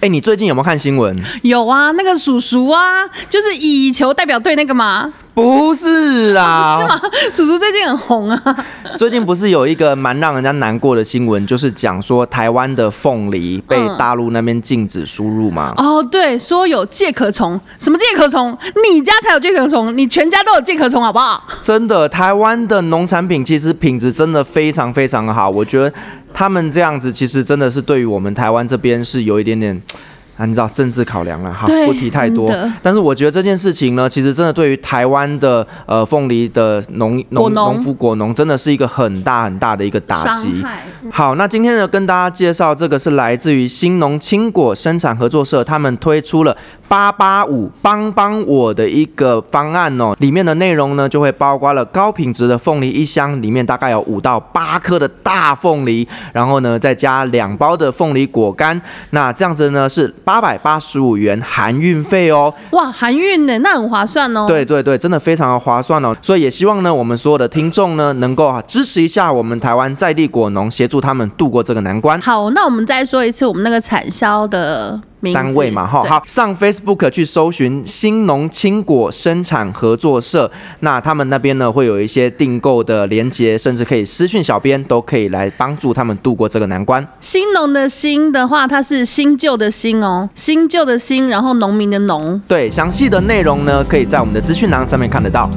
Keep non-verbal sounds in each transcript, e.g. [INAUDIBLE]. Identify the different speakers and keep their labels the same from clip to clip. Speaker 1: 哎、你最近有没有看新闻？
Speaker 2: 有啊，那个叔叔啊，就是以球代表队那个嘛，
Speaker 1: [LAUGHS] 不是啦，
Speaker 2: 叔叔最近很红啊。
Speaker 1: [LAUGHS] 最近不是有一个蛮让人家难过的新闻，就是讲说台湾的凤梨被
Speaker 2: 嗯
Speaker 1: 大陆那边禁止输入嘛。
Speaker 2: 哦，对，说有介壳虫，什么介壳虫？你家才有介壳虫，你全家都有介壳虫，好不好？
Speaker 1: 真的，台湾的农产品其实品质真的非常非常好，我觉得他们这样子其实真的是对于我们台湾这边是有一点点。啊，你知道政治考量了啊哈，
Speaker 2: 对
Speaker 1: 不提太多
Speaker 2: 真的。
Speaker 1: 但是我觉得这件事情呢，其实真的对于台湾的呃凤梨的农
Speaker 2: 果
Speaker 1: 农
Speaker 2: 农
Speaker 1: 农夫果农，真的是一个很大很大的一个打击。
Speaker 2: 害。
Speaker 1: 好，那今天呢，跟大家介绍这个是来自于新农青果生产合作社，他们推出了八八五帮帮我的一个方案哦，里面的内容呢就会包括了高品质的凤梨一箱，里面大概有五到八颗的大凤梨，然后呢再加两包的凤梨果干，那这样子呢是八百八十五元含运费哦，
Speaker 2: 哇，韩运呢，那很划算哦。，
Speaker 1: 对对对，真的非常的划算哦。所以也希望呢，我们所有的听众呢，能够啊支持一下我们台湾在地果农，协助他们度过这个难关。
Speaker 2: 好，那我们再说一次我们那个产销的名字
Speaker 1: 单位嘛，哈，
Speaker 2: 对
Speaker 1: 好，上 Facebook 去搜寻新农青果生产合作社，那他们那边呢会有一些订购的连接，甚至可以私讯小编，都可以来帮助他们度过这个难关。
Speaker 2: 新农的新的话，它是新旧的新哦，新旧的新，然后农民的农。
Speaker 1: 对，详细的内容呢，可以在我们的资讯栏上面看得到。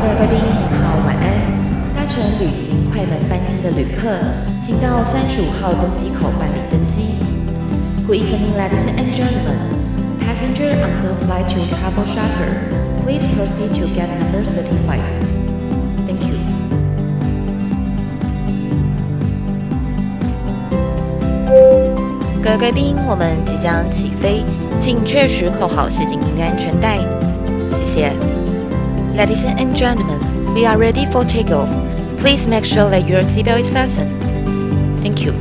Speaker 3: 各位贵宾，您好，晚安。搭乘旅行快门班机的旅客，请到三十五号登机口办理登机。Good evening, ladies and gentlemen. Passenger on the flight to Travel Shuttle, please proceed to gate number thirty-five. Thank you. 各位贵宾，我们即将起飞，请确实扣好系紧您的安全带，谢谢。Ladies and gentlemen, we are ready for takeoff. Please make sure that your seatbelt is fastened. Thank you.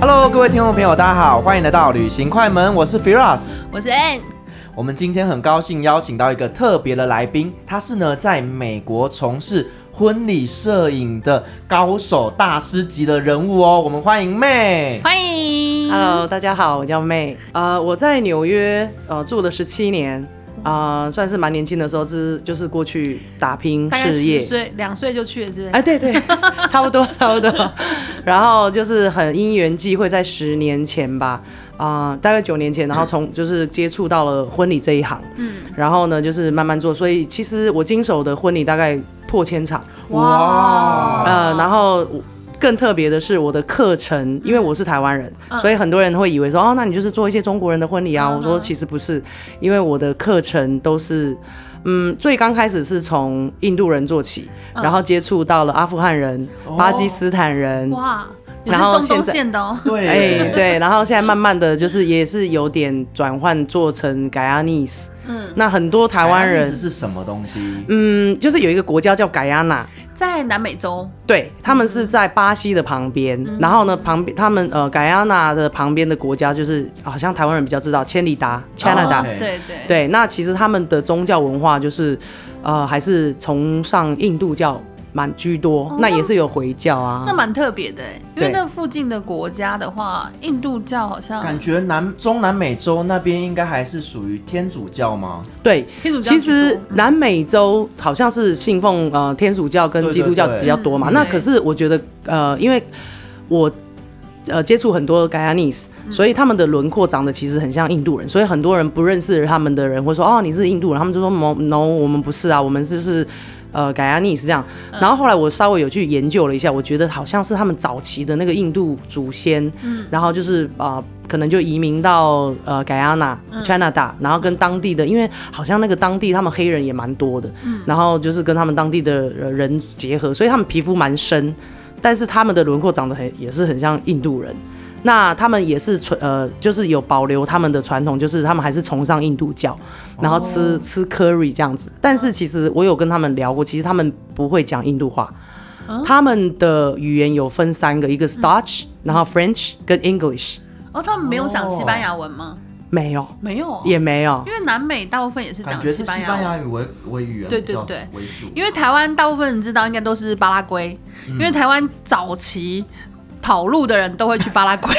Speaker 1: 哈喽，各位听众朋友，大家好，欢迎来到旅行快门，我是 Firas。
Speaker 2: 我是 Ann，
Speaker 1: 我们今天很高兴邀请到一个特别的来宾，他是呢在美国从事婚礼摄影的高手大师级的人物哦，我们欢迎妹。
Speaker 2: 欢迎。
Speaker 4: Hello，大家好，我叫 May。呃，我在纽约呃住了十七年，啊、算是蛮年轻的时候，之就是过去打拼
Speaker 2: 大概
Speaker 4: 事
Speaker 2: 十
Speaker 4: 业。
Speaker 2: 岁、两岁就去了，是不是？
Speaker 4: 哎，对对， [LAUGHS] 差不多差不多。然后就是很因缘际会，在十年前吧，啊、大概九年前，然后从就是接触到了婚礼这一行，嗯，然后呢就是慢慢做，所以其实我经手的婚礼大概破千场，
Speaker 1: 哇，
Speaker 4: 呃，然后我更特别的是我的课程，因为我是台湾人，所以很多人会以为说，哦，那你就是做一些中国人的婚礼啊。我说其实不是，因为我的课程都是。嗯，最刚开始是从印度人做起，然后接触到了阿富汗人、巴基斯坦人，
Speaker 2: 哇，你是
Speaker 4: 嗯然后
Speaker 2: 中东
Speaker 4: 现在
Speaker 2: 线的哦。
Speaker 1: 对，
Speaker 4: 哎、对，然后现在慢慢的就是也是有点转换做成 g u y a n e s 嗯，那很多台湾
Speaker 1: 意思
Speaker 4: 人，
Speaker 1: 是什么东西？
Speaker 4: 嗯，就是有一个国家叫 Guyana，
Speaker 2: 在南美洲，
Speaker 4: 对，他们是在巴西的旁边，
Speaker 2: 嗯
Speaker 4: 然后呢，旁边他们呃，盖亚纳的旁边的国家就是，好像台湾人比较知道，千里达 （Canada）。
Speaker 1: 哦
Speaker 2: 对对，
Speaker 4: 对，那其实他们的宗教文化就是，呃，还是崇尚印度教蛮居多，那也是有回教啊
Speaker 2: 哦那。蛮特别的欸，因为
Speaker 4: 对
Speaker 2: 那附近的国家的话，印度教好像
Speaker 1: 感觉南中南美洲那边应该还是属于天主教吗？
Speaker 4: 对，
Speaker 2: 天主教
Speaker 4: 其
Speaker 2: 居多
Speaker 4: 实南美洲好像是信奉呃天主教跟
Speaker 1: 对对
Speaker 4: 基督教
Speaker 1: 对
Speaker 4: 比较多嘛。
Speaker 2: 嗯
Speaker 4: 那
Speaker 2: 对
Speaker 4: 可是我觉得呃，因为我呃接触很多 g u y a n e s 所以他们的轮廓长得其实很像印度人，所以很多人不认识他们的人会说哦你是印度人，他们就说 no no 我们不是啊，我们是不是？呃，g u y a n e s 这样，然后后来我稍微有去研究了一下，我觉得好像是他们早期的那个印度祖先，然后就是啊、呃可能就移民到呃 Guyana、Canada，然后跟当地的，因为好像那个当地他们黑人也蛮多的，然后就是跟他们当地的呃人结合，所以他们皮肤蛮深，但是他们的轮廓长得很也是很像印度人。那他们也是传呃，就是有保留他们的传统，就是他们还是崇尚印度教，然后吃、吃 curry 这样子。但是其实我有跟他们聊过，其实他们不会讲印度话，他们的语言有分三个，一个是 Dutch，、然后 French 跟 English。
Speaker 2: 哦，他们没有讲西班牙文吗？
Speaker 4: 没有，
Speaker 2: 没有，
Speaker 4: 也没有
Speaker 2: 因。为南美大部分也是
Speaker 1: 感
Speaker 2: 讲
Speaker 1: 觉是
Speaker 2: 西
Speaker 1: 西
Speaker 2: 班
Speaker 1: 班
Speaker 2: 牙
Speaker 1: 牙语为为语言
Speaker 2: 对
Speaker 1: 比较
Speaker 2: 对对
Speaker 1: 为主，
Speaker 2: 因为台湾大部分人知道应该都是巴拉圭，因为台湾早期跑路的人都会去巴拉圭，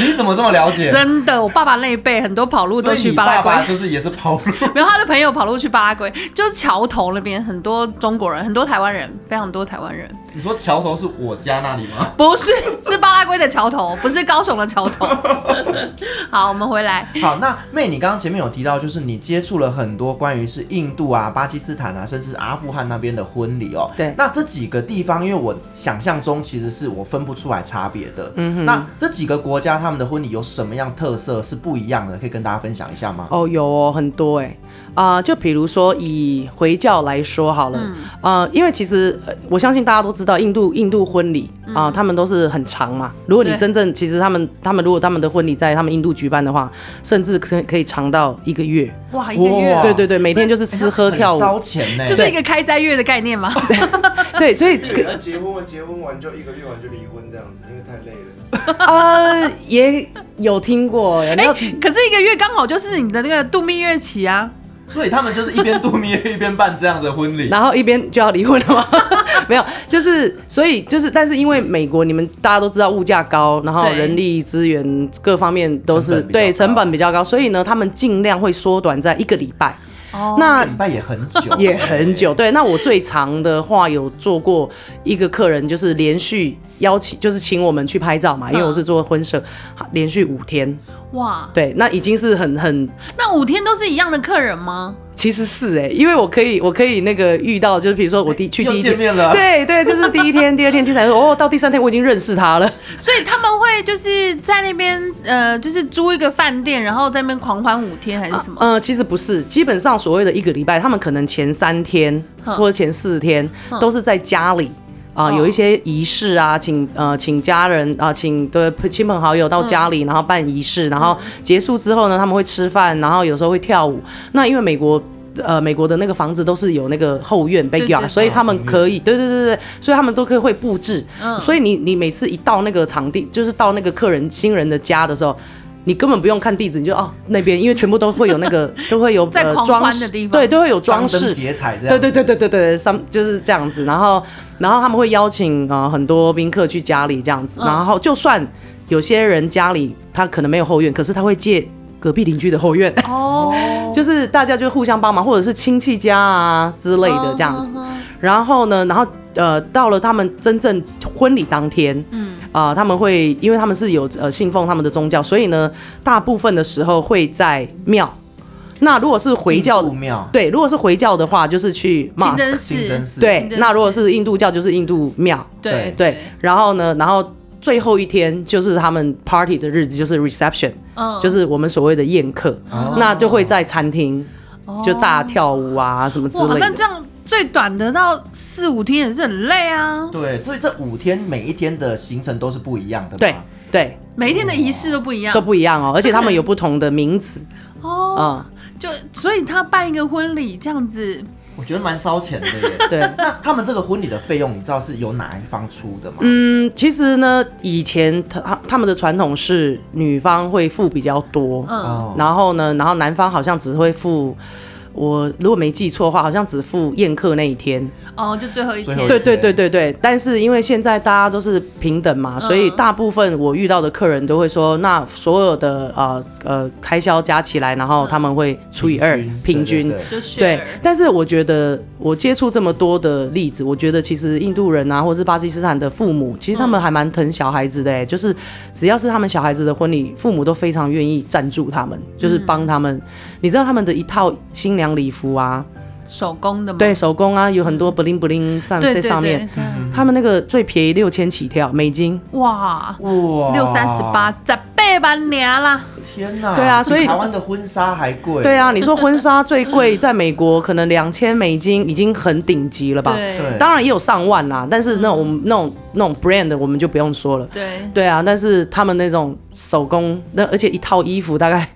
Speaker 1: 你怎么这么了解？
Speaker 2: [LAUGHS] 真的，我爸爸那一辈很多跑路都
Speaker 1: 所以
Speaker 2: 去
Speaker 1: 你
Speaker 2: 巴
Speaker 1: 爸
Speaker 2: 拉圭。
Speaker 1: 爸就是也是跑路，
Speaker 2: 然后他的朋友跑路去巴拉圭，就是桥头那边很多中国人，很多台湾人，非常多台湾人。
Speaker 1: 你说桥头是我家那里吗？
Speaker 2: 不是，是巴拉圭的桥头，不是高雄的桥头。 [LAUGHS] 好，我们回来。
Speaker 5: 好，那妹，你刚刚前面有提到，就是你接触了很多关于是印度啊、巴基斯坦啊，甚至阿富汗那边的婚礼哦。
Speaker 4: 对
Speaker 5: 那这几个地方，因为我想象中其实是我分不出来差别的。嗯哼。那这几个国家他们的婚礼有什么样特色是不一样的？可以跟大家分享一下吗？
Speaker 4: 哦，有哦，很多哎、啊、就比如说以回教来说好
Speaker 5: 嗯
Speaker 4: 了，呃，因为其实呃我相信大家都知道，印度印度婚礼
Speaker 5: 嗯
Speaker 4: 啊、他们都是很长嘛。如果你
Speaker 2: 对
Speaker 4: 真正其实他们他们如果他们的婚礼在他们印度举办的话，甚至可可以长到一个月。
Speaker 2: 哇，一个月
Speaker 5: 哇哎
Speaker 4: 对对对，每天就是吃喝跳
Speaker 5: 很
Speaker 4: 舞，
Speaker 5: 烧钱呢、
Speaker 2: 就是一个开斋月的概念嘛。
Speaker 4: 对，所以
Speaker 6: 对，那结婚结婚完就一个月完就离婚这样子，因为太累了。
Speaker 4: 呃也有
Speaker 5: [LAUGHS]
Speaker 4: 听过，然后
Speaker 2: [LAUGHS] 可是一个月刚好就是你的那个度蜜月期啊。
Speaker 5: 所以他们就是一边度蜜月一边办这样的婚礼。
Speaker 4: 然后一边就要离婚了吗？ [LAUGHS] 没有，就是所以就是，但是因为美国你们大家都知道物价高，然后
Speaker 2: 对
Speaker 4: 人力资源各方面都
Speaker 5: 成
Speaker 4: 是
Speaker 5: 本比较
Speaker 4: 对
Speaker 5: 高
Speaker 4: 成本比较高，所以呢，他们尽量会缩短在一个礼拜。
Speaker 2: 哦
Speaker 4: 那
Speaker 5: 礼拜也很久，
Speaker 4: [LAUGHS] 也很久。对，那我最长的话有做过一个客人，就是连续邀请，就是请我们去拍照嘛，因为
Speaker 2: 嗯
Speaker 4: 我是做婚摄，连续五天。
Speaker 2: 哇，
Speaker 4: 对，那已经是很很
Speaker 2: 那五天都是一样的客人吗？
Speaker 4: 其实是哎、因为我可以，我可以那个遇到，就是比如说我第去
Speaker 5: 哎又
Speaker 4: 第一
Speaker 5: 见
Speaker 4: 天，
Speaker 5: 面了啊
Speaker 4: 对对，就是第一天、第二天、第三天，哦，到第三天我已经认识他了，
Speaker 2: 所以他们会就是在那边呃，就是租一个饭店，然后在那边狂欢五天还是什么？
Speaker 4: 呃，其实不是，基本上所谓的一个礼拜，他们可能前三天
Speaker 2: 哼
Speaker 4: 或者前四天都是在家里。啊、
Speaker 2: 哦
Speaker 4: 有一些仪式啊，请呃请家人啊、请的亲朋好友到家
Speaker 2: 嗯
Speaker 4: 里，然后办仪式，然后结束之后呢，他们会吃饭，然后有时候会跳舞。那因为美国呃美国的那个房子都是有那个后院 backyard，
Speaker 2: 对对
Speaker 4: 所以他们可以，对对对对，所以他们都可以会布置。
Speaker 2: 嗯
Speaker 4: 所以你你每次一到那个场地，就是到那个客人新人的家的时候。你根本不用看地址，你就哦那边，因为全部都会有那个，都会有
Speaker 2: 在
Speaker 4: 呃
Speaker 2: 狂欢
Speaker 4: 装
Speaker 2: 的
Speaker 4: 饰，
Speaker 2: 地方
Speaker 4: 对，都会有
Speaker 5: 张
Speaker 4: 装
Speaker 5: 灯
Speaker 4: 饰，
Speaker 5: 结彩这样。
Speaker 4: 对对对对对对，some 就是这样子。然后，然后他们会邀请呃很多宾客去家里这样子。然后，就算有些人家里他可能没有后院，可是他会借隔壁邻居的后院，
Speaker 2: 哦，
Speaker 4: 啊就是大家就互相帮忙，或者是亲戚家啊之类的这样子。
Speaker 2: 哦
Speaker 4: 然后呢，然后呃，到了他们真正婚礼当天，嗯，啊、他们会因为他们是有呃信奉他们的宗教，所以呢，大部分的时候会在庙。那如果是回教，
Speaker 5: 印度庙
Speaker 4: 对，如果是回教的话，就是去
Speaker 2: 清
Speaker 4: mosque。
Speaker 2: 真
Speaker 5: 清真
Speaker 2: 寺，
Speaker 5: 寺
Speaker 4: 对
Speaker 2: 清，真
Speaker 4: 那
Speaker 2: 寺
Speaker 4: 如果是印度教，就是印度庙。
Speaker 2: 对
Speaker 4: 对，然后呢，然后最后一天就是他们 party 的日子，就是 reception，、
Speaker 2: 嗯
Speaker 4: 就是我们所谓的宴客，
Speaker 2: 哦
Speaker 4: 那就会在餐厅。就大跳舞啊，什么之
Speaker 2: 哇，
Speaker 4: 类
Speaker 2: 那这
Speaker 4: 的。
Speaker 2: 样最短的到四五天也是很累啊，
Speaker 5: 对，所以这五天每一天的行程都是不一样的嘛。
Speaker 4: 对对，
Speaker 2: 每一天的仪式都不一样
Speaker 4: 都不一样哦，而且他们有不同的名字
Speaker 2: 哦。
Speaker 4: 啊、
Speaker 2: 就所以他办一个婚礼这样子，
Speaker 5: 我觉得蛮烧钱的
Speaker 4: [LAUGHS]
Speaker 5: 耶。
Speaker 4: 嗯对，
Speaker 5: 那他们这个婚礼的费用，你知道是由哪一方出的吗？
Speaker 4: 嗯，其实呢，以前他他们的传统是女方会付比较多，
Speaker 1: 嗯
Speaker 5: 哦，
Speaker 4: 嗯然后呢，然后男方好像只会付，我如果没记错的话，好像只付宴客那一天。
Speaker 2: 哦，就最后一
Speaker 5: 最后
Speaker 2: 天，
Speaker 5: 一
Speaker 4: 对
Speaker 5: 天
Speaker 4: 对对对对，但是因为现在大家都是平等嘛，所以大部分我遇到的客人都会说，那所有的呃呃开销加起来，然后他们会除以二平均
Speaker 5: 对。对对
Speaker 2: 就是
Speaker 4: 对，但是我觉得我接触这么多的例子，我觉得其实印度人啊，或者是巴基斯坦的父母，其实他
Speaker 2: 嗯
Speaker 4: 们还蛮疼小孩子的、欸，就是只要是他们小孩子的婚礼，父母都非常愿意赞助他们，
Speaker 2: 嗯
Speaker 4: 就是帮他们。你知道他们的一套新娘礼服啊，
Speaker 2: 嗯手工的嘛，
Speaker 4: 对手工啊，有很多 bling bling 上
Speaker 2: 对
Speaker 4: 在
Speaker 2: 对
Speaker 4: 上面，嗯
Speaker 2: 对对
Speaker 4: 他们那个最便宜六千起跳美金。
Speaker 2: 哇，
Speaker 5: 哇
Speaker 2: 六三十八，，十八万年啦，
Speaker 5: 天哪！
Speaker 4: 对啊所以
Speaker 5: 比台湾的婚纱还贵。
Speaker 4: 对啊，，你说婚纱最
Speaker 2: [LAUGHS]
Speaker 4: 贵，在美国可能两千美金已经很顶级了吧？
Speaker 2: 对嗯
Speaker 5: 对，
Speaker 4: 当然也有上万啦，但是那种、那种那种 brand 的我们就不用说了。
Speaker 2: 对，
Speaker 4: 对啊，但是他们那种手工，那而且一套衣服大概，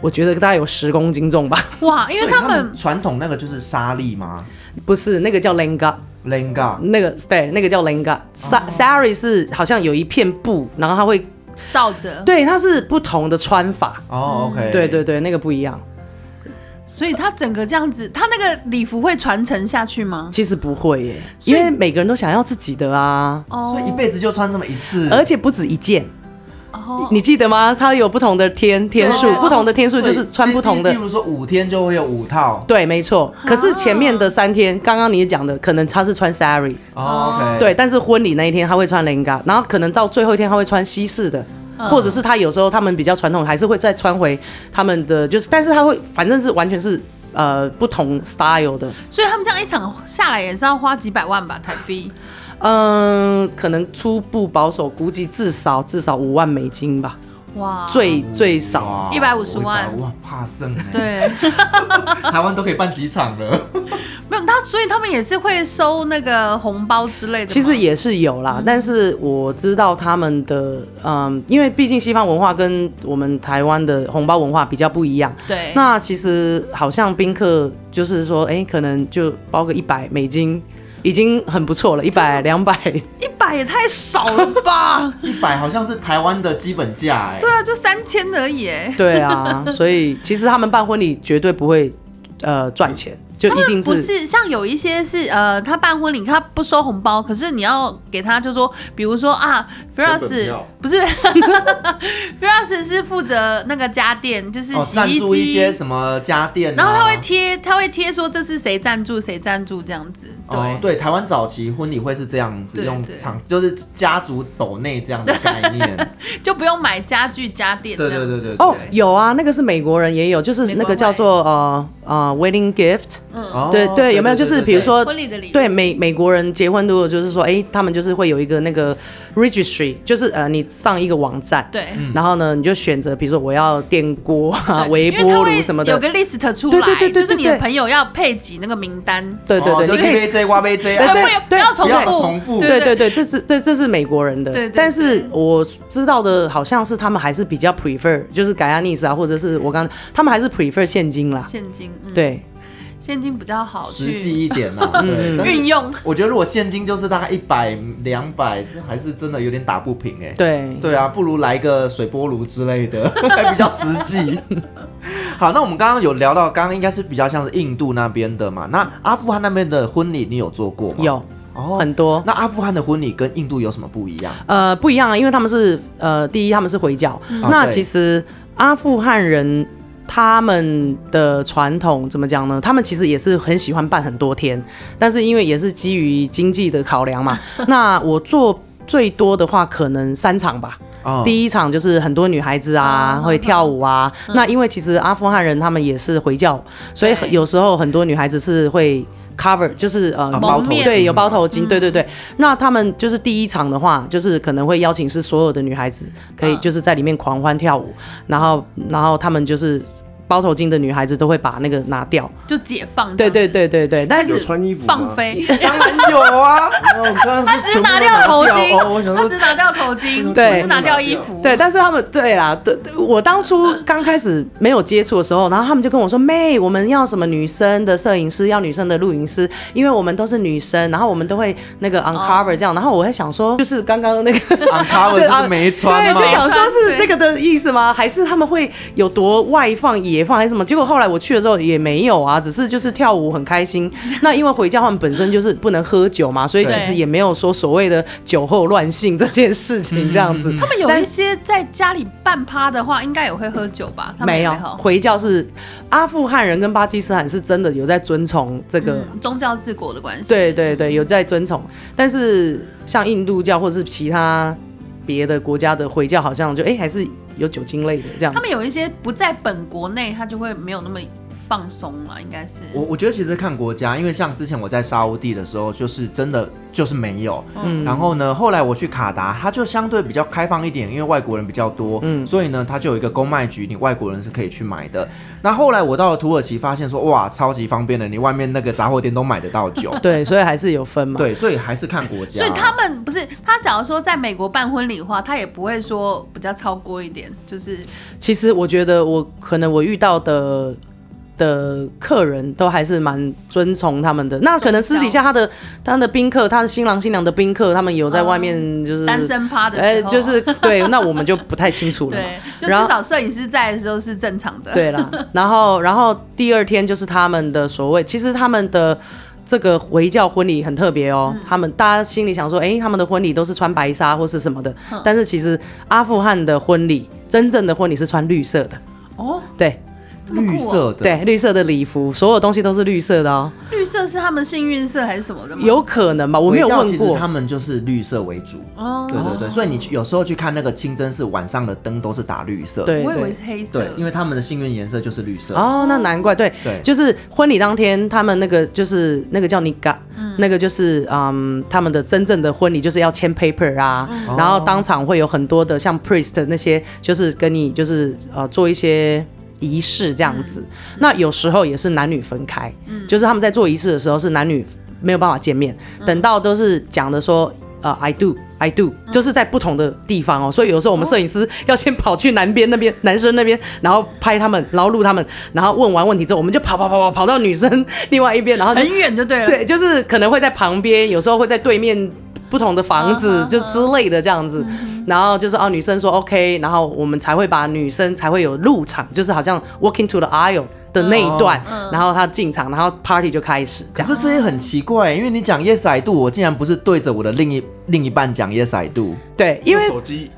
Speaker 4: 我觉得大概有十公斤重吧。 [LAUGHS]
Speaker 2: 哇，因
Speaker 5: 所
Speaker 2: 为
Speaker 5: 以
Speaker 2: 他
Speaker 5: 他
Speaker 2: 们
Speaker 5: 传统那个就是纱丽吗
Speaker 4: 不是那个叫 lenga，
Speaker 5: ？lenga，
Speaker 2: 哦
Speaker 4: 那个对，那个叫 lenga。sa sari 是好像有一片布，然后它会
Speaker 2: 照着，
Speaker 4: 对，它是不同的穿法。
Speaker 1: 哦，OK，
Speaker 4: 嗯对对，对，那个不一样。
Speaker 2: 所以他整个这样子，他那个礼服会传承下去吗？
Speaker 4: 其实不会耶，
Speaker 2: 所
Speaker 4: 因
Speaker 2: 以
Speaker 4: 为每个人都想要自己的啊，
Speaker 2: 哦
Speaker 1: 所以一辈子就穿这么一次，
Speaker 4: 而且不止一件。
Speaker 2: 哦
Speaker 4: 你记得吗？它有不同的天天数
Speaker 1: 对，
Speaker 2: 啊
Speaker 4: 不同的天数就是穿不同
Speaker 1: 例
Speaker 4: 的
Speaker 1: 例。如说五天就会有五套。
Speaker 4: 对，没错。可是前面的三天，刚刚你也讲的，可能他是穿 sari，
Speaker 1: 哦，OK，
Speaker 4: 对，，但是婚礼那一天他会穿 lenga，然后可能到最后一天他会穿西式的，或者是他有时候他们比较传统，还是会再穿回他们的，就是，但是他会反正是完全是呃不同 style 的，
Speaker 2: 所以他们这样一场下来也是要花几百万吧台币。
Speaker 4: 嗯、可能初步保守估计至少至少五万美金吧，
Speaker 1: 哦
Speaker 2: 哇，
Speaker 4: 最最少。
Speaker 1: 哇
Speaker 2: 150万
Speaker 1: 哇，怕剩欸，
Speaker 5: [LAUGHS]
Speaker 2: 对，
Speaker 1: 台湾都可以办几场了。
Speaker 2: 没有他，所以他们也是会收那个红包之类的吗。
Speaker 4: 其实也是有啦，但是我知道他们的，嗯，因为毕竟西方文化跟我们台湾的红包文化比较不一样，
Speaker 2: 对，
Speaker 4: 那其实好像宾客就是说，哎、可能就包个一百美金，已经很不错了，一百两百。
Speaker 2: 一百也太少了
Speaker 4: [LAUGHS]
Speaker 2: 吧？
Speaker 1: 一百好像是台湾的基本价
Speaker 5: 欸
Speaker 1: 哎、
Speaker 2: 对啊，就三千而已耶。
Speaker 4: 对啊，所以其实他们办婚礼绝对不会呃赚钱，就一定
Speaker 2: 不是像有一些是呃，他办婚礼他不收红包，可是你要给他就说，比如说啊
Speaker 6: 本
Speaker 2: ，Firas
Speaker 6: 票
Speaker 2: 不是 [LAUGHS] ，Firas 是负责那个家电，就是
Speaker 1: 哦，
Speaker 2: 洗
Speaker 1: 赞
Speaker 2: 衣
Speaker 1: 助一
Speaker 2: 机，
Speaker 1: 些什么家电、啊，
Speaker 2: 然后他会贴他会贴说这是谁赞助谁赞助这样子，对。
Speaker 1: 哦，对，台湾早期婚礼会是这样子，
Speaker 2: 对
Speaker 1: 用
Speaker 2: 对
Speaker 1: 场就是家族斗内这样
Speaker 2: [LAUGHS]
Speaker 1: 的概念。
Speaker 2: 就不用买家具家电这
Speaker 1: 对
Speaker 2: 样
Speaker 1: 对
Speaker 2: 子。
Speaker 1: 对对
Speaker 4: 哦
Speaker 1: 对，
Speaker 4: 有啊，那个是美国人也有，就是那个叫做呃呃 wedding gift，、
Speaker 1: 哦
Speaker 4: 对对，有没有就是比如，说
Speaker 2: 婚礼的礼物
Speaker 4: 对美美国人结婚，如果就是说，哎，他们就是会有一个那个 registry，就是呃，你上一个网站，
Speaker 2: 对
Speaker 4: 然后呢，你就选择，比如说我要电锅啊、
Speaker 2: 对
Speaker 4: 微
Speaker 2: 因为它
Speaker 4: 波
Speaker 2: 会
Speaker 4: 炉什么
Speaker 2: 有
Speaker 4: 的，
Speaker 2: 个
Speaker 4: 对
Speaker 2: list 出来，
Speaker 4: 对对对对对
Speaker 2: 就是你的
Speaker 4: 对
Speaker 2: 朋友要配几那个名单，呃
Speaker 4: 对
Speaker 1: 哦
Speaker 4: 对，
Speaker 1: 就
Speaker 4: 你可以
Speaker 1: K J 挖 B J，
Speaker 4: [LAUGHS] 对
Speaker 2: 不要不要重
Speaker 1: 不要
Speaker 2: 复，
Speaker 1: 重复
Speaker 4: 对对对，这是这这是美国人的，
Speaker 2: 对对对
Speaker 4: 但是我知道的好像是他们还是比较 prefer，就是改亚尼斯啊，或者是我刚他们还是 prefer 现金啦，
Speaker 2: 现金，嗯，
Speaker 4: 对，
Speaker 2: 现金比较好
Speaker 1: 实
Speaker 2: 去
Speaker 1: 际一点呐、
Speaker 4: 嗯
Speaker 1: 啊，对，但是
Speaker 2: 运用。
Speaker 1: 我觉得如果现金就是大概一百两百，这还是真的有点打不平哎、
Speaker 4: 对，
Speaker 1: 对啊，不如来个水波炉之类的， [LAUGHS] 还比较实际。 [LAUGHS] 好，那我们刚刚有聊到，刚刚应该是比较像是印度那边的嘛。那阿富汗那边的婚礼你有做过吗？
Speaker 4: 有
Speaker 1: 哦
Speaker 4: 很多。
Speaker 1: 那阿富汗的婚礼跟印度有什么不一样？
Speaker 4: 呃，不一样啊，因为他们是呃，第一他们是回教，
Speaker 1: 啊
Speaker 4: 那
Speaker 1: 对
Speaker 4: 其实阿富汗人他们的传统怎么讲呢？他们其实也是很喜欢办很多天，但是因为也是基于经济的考
Speaker 1: [LAUGHS]
Speaker 4: 量嘛，那我做。最多的话可能三场吧，
Speaker 2: 嗯
Speaker 1: 哦
Speaker 4: 第一场就是很多女孩子啊、会跳舞啊，那因为其实阿富汗人他们也是回教，所以
Speaker 2: 嗯对
Speaker 4: 有时候很多女孩子是会 cover，就是呃、
Speaker 1: 包头
Speaker 2: 啊蒙面嗯
Speaker 4: 对，有包头巾，对对对。那他们就是第一场的话，就是可能会邀请是所有的女孩子，可以
Speaker 2: 嗯
Speaker 4: 就是在里面狂欢跳舞，然后然后他们就是包头巾的女孩子都会把那个拿掉，
Speaker 2: 就解放这
Speaker 4: 对
Speaker 2: 样子，
Speaker 4: 对对对对。但
Speaker 6: 有
Speaker 4: 是
Speaker 6: 穿衣服吗
Speaker 2: 放，
Speaker 6: [LAUGHS]
Speaker 2: 飞，
Speaker 1: 当然有啊，
Speaker 6: 哦我刚刚
Speaker 2: 他
Speaker 6: 是
Speaker 2: 只是
Speaker 6: 全部都拿
Speaker 2: 拿掉头巾，
Speaker 6: 掉哦我想
Speaker 2: 他
Speaker 6: 说
Speaker 2: 只拿掉头
Speaker 6: [LAUGHS]
Speaker 2: 巾，
Speaker 4: 对
Speaker 2: 不是拿掉衣服，
Speaker 4: 对，但是他们对啦，对，对我当初刚开始没有接触的时候，然后他们就跟我说：“妹，我们要什么女生的摄影师，要女生的录影师，因为我们都是女生，然后我们都会那个 uncover 这样。然后我会想说，就是刚刚那个
Speaker 1: uncover 就是没穿吗
Speaker 4: 对，就想说
Speaker 2: 没穿
Speaker 4: 是那个的意思吗？还是他们会有多外放、野放还是什么？结果后来我去的时候也没有啊，只是就是跳舞很开心。那因为回教他们本身就是不能喝酒嘛，所以其实
Speaker 2: 对
Speaker 4: 也没有说所谓的酒后乱性这件事情这样子。
Speaker 2: 他们有一些在家里办趴的话，应该也会喝酒吧？他们
Speaker 4: 没
Speaker 2: 也
Speaker 4: 有
Speaker 2: 没有，
Speaker 4: 回教是阿富汗人跟巴基斯坦是真的有在遵从这个。
Speaker 2: 嗯宗教治国的关系。
Speaker 4: 对对对，有在遵从，但是像印度教或是其他别的国家的回教，好像就哎、还是有酒精类的这样子。
Speaker 2: 他。们有一些不在本国内，他就会没有那么放松了，应该是。
Speaker 1: 我我觉得其实看国家，因为像之前我在沙乌地的时候，就是真的就是没有。
Speaker 2: 嗯
Speaker 1: 然后呢，后来我去卡达，它就相对比较开放一点，因为外国人比较多，所以呢，它就有一个公卖局，你外国人是可以去买的。那后来我到了土耳其，发现说哇，超级方便的，你外面那个杂货店都买得到酒
Speaker 4: [LAUGHS] 对，所以还是有分嘛。
Speaker 1: 对，所以还是看国家。
Speaker 2: 所以他们不是他，假如说在美国办婚礼的话，他也不会说比较超过一点，就是
Speaker 4: 其实我觉得我可能我遇到的的客人都还是蛮遵从他们的。那可能私底下他的他的宾客，他的新郎新娘的宾客，他们有在外面就是
Speaker 2: 嗯单身趴的
Speaker 4: 哎、
Speaker 2: 时候，啊
Speaker 4: 就是对，那我们就不太清楚了嘛。
Speaker 2: 对，就
Speaker 4: 然
Speaker 2: 至
Speaker 4: 后
Speaker 2: 少摄影师在的时候是正常的。，
Speaker 4: [LAUGHS] 对啦，然后然后第二天就是他们的所谓，其实他们的这个回教婚礼很特别
Speaker 2: 嗯
Speaker 4: 哦，他们大家心里想说，哎，他们的婚礼都是穿白纱或是什么的，
Speaker 2: 嗯
Speaker 4: 但是其实阿富汗的婚礼，真正的婚礼是穿绿色的，
Speaker 2: 哦，
Speaker 4: 对
Speaker 2: 这么
Speaker 1: 绿
Speaker 2: 酷、哦。
Speaker 1: 色的，
Speaker 4: 对，绿色的礼服，所有东西都是绿色的哦，
Speaker 2: 绿色是他们幸运色还是什么的吗？
Speaker 4: 有可能吧？我
Speaker 1: 回
Speaker 4: 没有
Speaker 1: 教
Speaker 4: 问
Speaker 1: 其实
Speaker 4: 过
Speaker 1: 他，们就是绿色为主。
Speaker 2: 哦，
Speaker 1: 对对对，所以你去有时候去看那个清真寺，晚上的灯都是打绿色。
Speaker 4: 对
Speaker 2: 我以为
Speaker 4: 对。
Speaker 2: 是黑色。
Speaker 1: 对，因为他们的幸运颜色就是绿色。
Speaker 4: 哦，那难怪，对，
Speaker 1: 对，
Speaker 4: 就是婚礼当天，他们那个就是那个叫尼嘎，那个就是嗯，他们的真正的婚礼就是要签 paper 啊，然后当场会有很多的像 priest 那些，就是跟你就是呃做一些。仪式这样子，那有时候也是男女分开，就是他们在做仪式的时候是男女没有办法见面，等到都是讲的说，呃，I do。I do，就是在不同的地方哦，所以有时候我们摄影师要先跑去南边那边，男生那边，然后拍他们，然后录他们，然后问完问题之后，我们就跑跑跑跑跑到女生 [LAUGHS] 另外一边，然后就
Speaker 2: 很远就 [LAUGHS] 对了。
Speaker 4: 对，就是可能会在旁边，有时候会在对面不同的房
Speaker 2: 嗯
Speaker 4: 子就之类的这样子，然后就是哦，女生说 OK，然后我们才会把女生才会有入场，就是好像 walking to the aisle 的那一段，
Speaker 2: 嗯
Speaker 4: 然后她进场，然后 party 就开始这
Speaker 1: 可
Speaker 4: 样。
Speaker 1: 是这也很奇怪，因为你讲 Yes I do，我竟然不是对着我的另一另一半讲 Yes I do，
Speaker 4: 对，因为
Speaker 6: 手机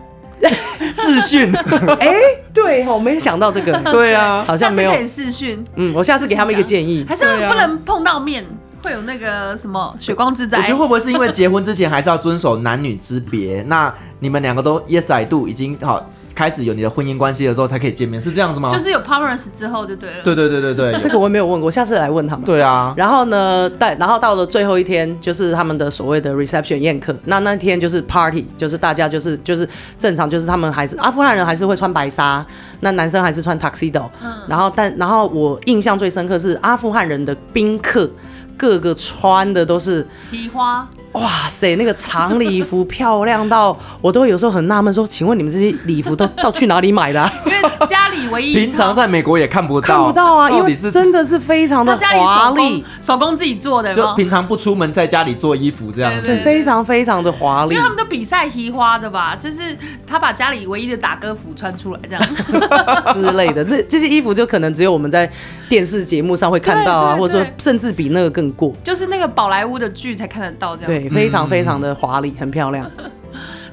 Speaker 1: 视讯。
Speaker 4: 哎， [LAUGHS] 对哦，我没想到这个，
Speaker 1: 对啊，
Speaker 4: 好
Speaker 2: 下
Speaker 4: 像
Speaker 2: 次
Speaker 4: 没有
Speaker 2: 可。以试训，
Speaker 4: 嗯，我下次给他们一个建议。
Speaker 2: 还是他们不能碰到面，会有那个什么血光之
Speaker 1: [LAUGHS]
Speaker 2: 灾。
Speaker 1: 我觉得会不会是因为结婚之前还是要遵守男女之别？那你们两个都 Yes I do 已经好开始有你的婚姻关系的时候才可以见面，是这样子吗？
Speaker 4: 啊
Speaker 2: 就是有 promise 之后就对了。
Speaker 1: 对对对对对
Speaker 4: 这个我没有问过，下次来问他们。
Speaker 1: 对啊，
Speaker 4: 然后呢，但然后到了最后一天，就是他们的所谓的 reception 宴客。那那天就是 party，就是大家就是就是正常，就是他们还是阿富汗人还是会穿白纱，那男生还是穿 tuxedo。然后但然后我印象最深刻是阿富汗人的宾客。各个穿的都是，
Speaker 2: 皮花
Speaker 4: 哇塞，那个长礼服漂亮到我都有时候很纳闷，说，请问你们这些礼服都到去哪里买的、啊？
Speaker 2: 因为家里唯一一
Speaker 1: 平常
Speaker 2: 套
Speaker 1: 在美国也看不到，
Speaker 4: 看不到啊，因
Speaker 1: 到
Speaker 4: 为
Speaker 1: 底是
Speaker 4: 真的是非常
Speaker 2: 他
Speaker 4: 的
Speaker 2: 啊家里手
Speaker 4: 华丽
Speaker 2: 工，手工自己做的，有没
Speaker 1: 就
Speaker 2: 有
Speaker 1: 平常不出门，在家里做衣服这样
Speaker 2: 对
Speaker 1: 子
Speaker 2: 对。
Speaker 4: 非常非常的华丽
Speaker 2: 因为。他们都比赛提花的吧，就是他把家里唯一的打歌服穿出来这样。 [LAUGHS]
Speaker 4: 之类的。那这些衣服就可能只有我们在电视节目上会看到啊，
Speaker 2: 对对
Speaker 4: 或者说
Speaker 2: 对
Speaker 4: 甚至比那个更过。
Speaker 2: 就是那个宝莱坞的剧才看得到这样。
Speaker 4: 对，非常非常的华丽，很漂亮。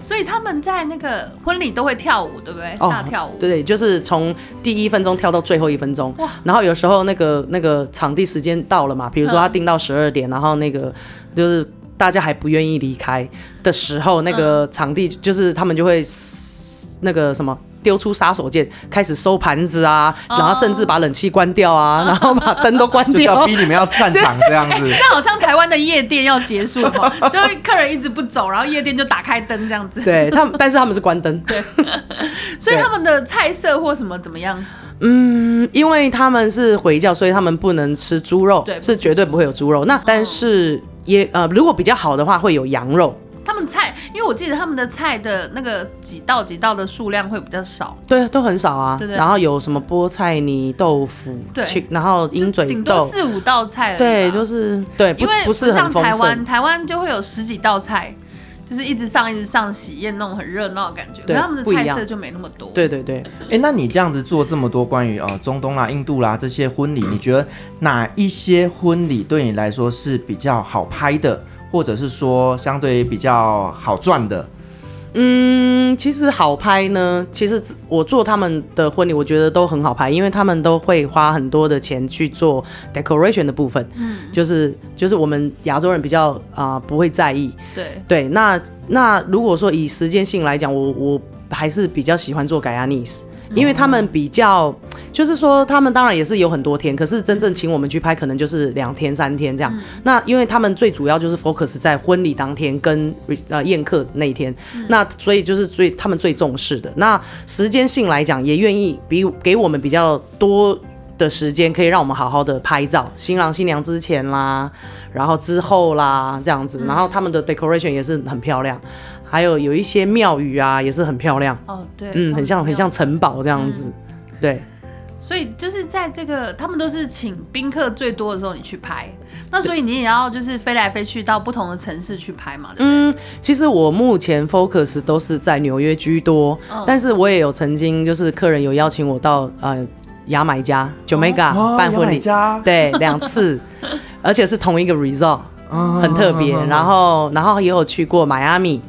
Speaker 2: 所以他们在那个婚礼都会跳舞，对不对？大跳舞。
Speaker 4: 哦对，就是从第一分钟跳到最后一分钟。然后有时候那个那个场地时间到了嘛，比如说他定到十二点，然后那个就是大家还不愿意离开的时候，那个场地就是他们就会那个什么。丢出杀手锏，开始收盘子啊，然后甚至把冷气关掉啊，然后把灯都关
Speaker 1: 就是
Speaker 4: 掉
Speaker 1: 要，逼你们要散场这样子，
Speaker 2: 这好像台湾的夜店要结束了嘛，
Speaker 4: [LAUGHS]
Speaker 2: 就是客人一直不走，然后夜店就打开灯这样子。
Speaker 4: 对他们，但是他们是关灯，
Speaker 2: [LAUGHS] 所以他们的菜色或什么怎么样？
Speaker 4: 嗯因为他们是回教，所以他们不能吃猪肉，
Speaker 2: 对不哦
Speaker 4: 是绝对不会有猪肉。那但是也呃，如果比较好的话，会有羊肉。
Speaker 2: 他们菜，因为我记得他们的菜的那个几道几道的数量会比较少，
Speaker 4: 对，都很少啊。
Speaker 2: 对对
Speaker 4: 然后有什么菠菜泥、豆腐，
Speaker 2: 对
Speaker 4: 去然后鹰嘴
Speaker 2: 顶多
Speaker 4: 豆，
Speaker 2: 四五道菜而已吧。
Speaker 4: 对，就是对，不
Speaker 2: 因为
Speaker 4: 不是
Speaker 2: 像
Speaker 4: 很丰
Speaker 2: 台湾，
Speaker 4: 盛。
Speaker 2: 台湾就会有十几道菜，就是一直上一直上喜宴那种很热闹的感觉，可
Speaker 4: 对
Speaker 2: 是他们的
Speaker 4: 不一
Speaker 2: 菜
Speaker 4: 样
Speaker 2: 色就没那么多。
Speaker 4: 对对对，
Speaker 1: 哎、那你这样子做这么多关于呃中东啦、印度啦这些婚礼，你觉得哪一些婚礼对你来说是比较好拍的，或者是说相对比较好赚的？
Speaker 4: 嗯，其实好拍呢，其实我做他们的婚礼，我觉得都很好拍，因为他们都会花很多的钱去做 decoration 的部分，嗯，就是就是我们亚洲人比较啊、不会在意，
Speaker 2: 对，
Speaker 4: 对，那那如果说以时间性来讲，我我还是比较喜欢做 g a y a n i s 因为他们比较，就是说他们当然也是有很多天，可是真正请我们去拍，可能就是两天三天这样。那因为他们最主要就是 focus 在婚礼当天跟呃宴客那一天，那所以就是最他们最重视的。那时间性来讲，也愿意比给我们比较多。的时间可以让我们好好的拍照，新郎新娘之前啦，然后之后啦这样子，然后他们的 decoration 也是很漂亮，还有有一些庙宇啊也是很漂亮，
Speaker 2: 哦对，
Speaker 4: 嗯，
Speaker 2: 他
Speaker 4: 很
Speaker 2: 们
Speaker 4: 像
Speaker 2: 没
Speaker 4: 很
Speaker 2: 有
Speaker 4: 像城堡这样子，对，
Speaker 2: 所以就是在这个，他们都是请宾客最多的时候你去拍，那所以你也要就是飞来飞去到不同的城市去拍
Speaker 4: 嗯
Speaker 2: 嘛，对不对？
Speaker 4: 其实我目前 focus 都是在纽约居多，但是我也有曾经就是客人有邀请我到呃牙买加 Jamaica、办啊
Speaker 1: 哦
Speaker 4: 婚礼，
Speaker 1: 家，
Speaker 4: 对，两次，而且是同一个 resort，、
Speaker 1: 嗯
Speaker 4: 很特别。然后，然后也有去过迈阿密，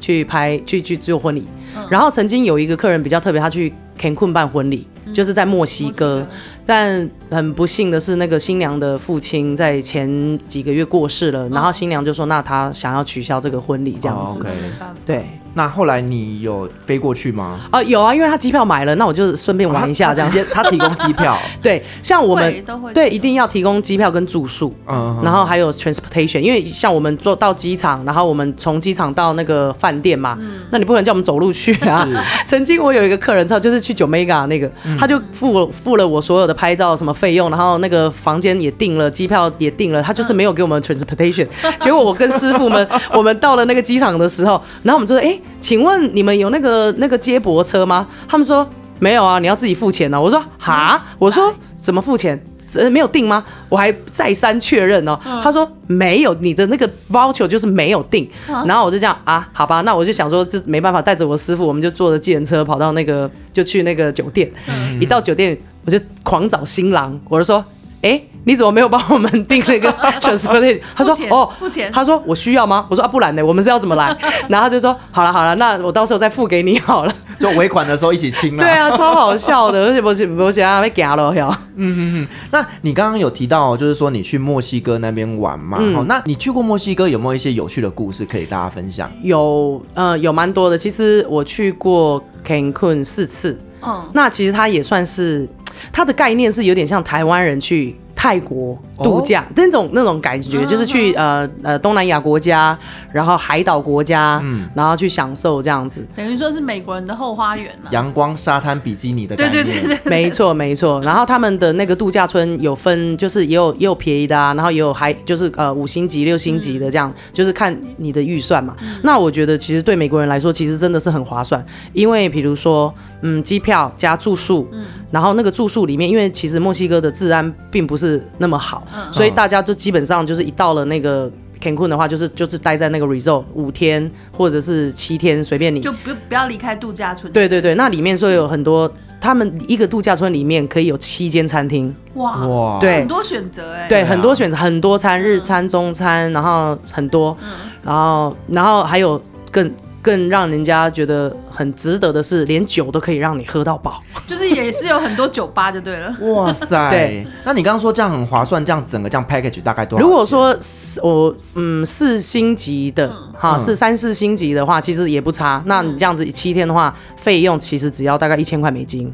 Speaker 4: 去拍去去做婚礼。然后曾经有一个客人比较特别，他去 Cancun 办婚礼，就是在墨西哥。但很不幸的是，那个新娘的父亲在前几个月过世了，然后新娘就说，那她想要取消这个婚礼这样子。
Speaker 1: 哦，OK
Speaker 2: 没办法
Speaker 4: 对，
Speaker 1: 那后来你有飞过去吗？
Speaker 4: 啊、有啊，因为他机票买了，那我就顺便玩一下这样。
Speaker 1: 啊他他直接他提供机
Speaker 4: [LAUGHS]
Speaker 1: 票，
Speaker 4: 对，像我
Speaker 2: 会
Speaker 4: 们
Speaker 2: 都会
Speaker 4: 对
Speaker 2: 提
Speaker 4: 一
Speaker 2: 供
Speaker 4: 定要提供机票跟住宿。
Speaker 1: 嗯，
Speaker 4: 然后还有 transportation，因为像我们坐到机场，然后我们从机场到那个饭店嘛，那你不可能叫我们走路去啊。 [LAUGHS] 曾经我有一个客人，他就是去九 mega 那个，
Speaker 1: 嗯
Speaker 4: 他就付我付了我所有的拍照什么费用，然后那个房间也订了，机票也订了，他就是没有给我们 transportation。结果我跟师傅们，我们到了那个机场的时候，然后我们就说，哎，请问你们有那个那个接驳车吗？他们说没有啊，你要自己付钱呢、我说哈，我说怎么付钱？呃，没有定吗？我还再三确认哦。他说没有，你的那个 voucher 就是没有定。然后我就这样啊，好吧，那我就想说，这没办法，带着我师傅，我们就坐着计程车跑到那个，就去那个酒店。一到酒店，我就狂找新郎，我就说。哎，你怎么没有帮我们订那个 transportation？他说
Speaker 2: 付钱
Speaker 4: 哦，
Speaker 2: 付钱
Speaker 4: 他说我需要吗？我说啊，不然呢？我们是要怎么来？ [LAUGHS] 然后他就说好了好了，那我到时候再付给你好了。
Speaker 1: 就尾款的时候一起清了。
Speaker 4: [LAUGHS] 对，啊，超好笑的，而且 [LAUGHS] 我是我是啊被夹了哟。
Speaker 1: 嗯那你刚刚有提到，就是说你去墨西哥那边玩嘛？
Speaker 4: 嗯
Speaker 1: 哦，那你去过墨西哥有没有一些有趣的故事可以大家分享？
Speaker 4: 有呃有蛮多的。其实我去过 Cancun 四次，
Speaker 2: 嗯，
Speaker 4: 那其实它也算是它的概念是有点像台湾人去。泰国度假、那种那种感觉，就是去呃呃东南亚国家，然后海岛国家，然后去享受这样子。
Speaker 2: 等于说是美国人的后花园了、啊。
Speaker 1: 阳光、沙滩、比基尼的
Speaker 2: 对
Speaker 1: 感觉。
Speaker 2: 对对对，
Speaker 4: [LAUGHS] 没错没错。然后他们的那个度假村有分，就是也有也有便宜的啊，然后也有还就是呃五星级、六星级的这样，就是看你的预算嘛。那我觉得其实对美国人来说，其实真的是很划算，因为比如说嗯机票加住宿，然后那个住宿里面，因为其实墨西哥的治安并不是那么好，所以大家就基本上就是一到了那个。Cancun 的话，就是就是待在那个 resort 五天或者是七天，随便你。
Speaker 2: 就不不要离开度假村。
Speaker 4: 对对对，那里面说有很多，他们一个度假村里面可以有七间餐厅，
Speaker 2: 哇，
Speaker 1: 哇，
Speaker 4: 啊对
Speaker 2: 很多选择哎、
Speaker 4: 对，
Speaker 1: 啊
Speaker 4: 很多选择，很多餐，日餐、中餐，然后很多，然后然后还有更更让人家觉得很值得的是，连酒都可以让你喝到饱。
Speaker 2: 就是也是有很多酒吧就对
Speaker 4: [LAUGHS]
Speaker 2: 了。
Speaker 1: 哇塞！
Speaker 4: 对，
Speaker 1: 那你刚刚说这样很划算，这样整个这样 package 大概多少钱？
Speaker 4: 如果说四我嗯四星级的哈
Speaker 1: 嗯
Speaker 4: 是三四星级的话，其实也不差。那你这样子七天的话，费用其实只要大概一千块美金，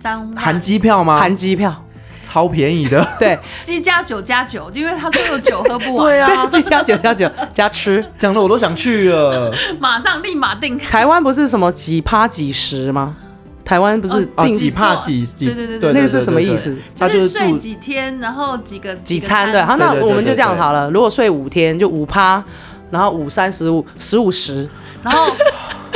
Speaker 2: 三万
Speaker 1: 含机票吗？
Speaker 4: 含机票。
Speaker 1: 超便宜的， [LAUGHS]
Speaker 4: 对
Speaker 2: 鸡加酒加酒，因为他说有酒喝不完，对
Speaker 4: [LAUGHS] 对，啊机加酒加酒加吃。
Speaker 1: 讲的我都想去了。
Speaker 4: [LAUGHS]
Speaker 2: 马上立马定。
Speaker 4: 台湾不是什么几趴几十吗？台湾不是
Speaker 1: 啊，
Speaker 4: 定、
Speaker 1: 几帕几几？
Speaker 2: 对对对对
Speaker 4: 那个是什么意思？
Speaker 1: 他
Speaker 2: 就是睡
Speaker 1: 住
Speaker 2: 几天，然后几个
Speaker 4: 几餐
Speaker 2: 对
Speaker 4: 对，好，那
Speaker 1: 对对对
Speaker 4: 我们就这样
Speaker 1: 对对
Speaker 4: 好了。如果睡五天就五趴，然后五三十五十五十，
Speaker 2: 然后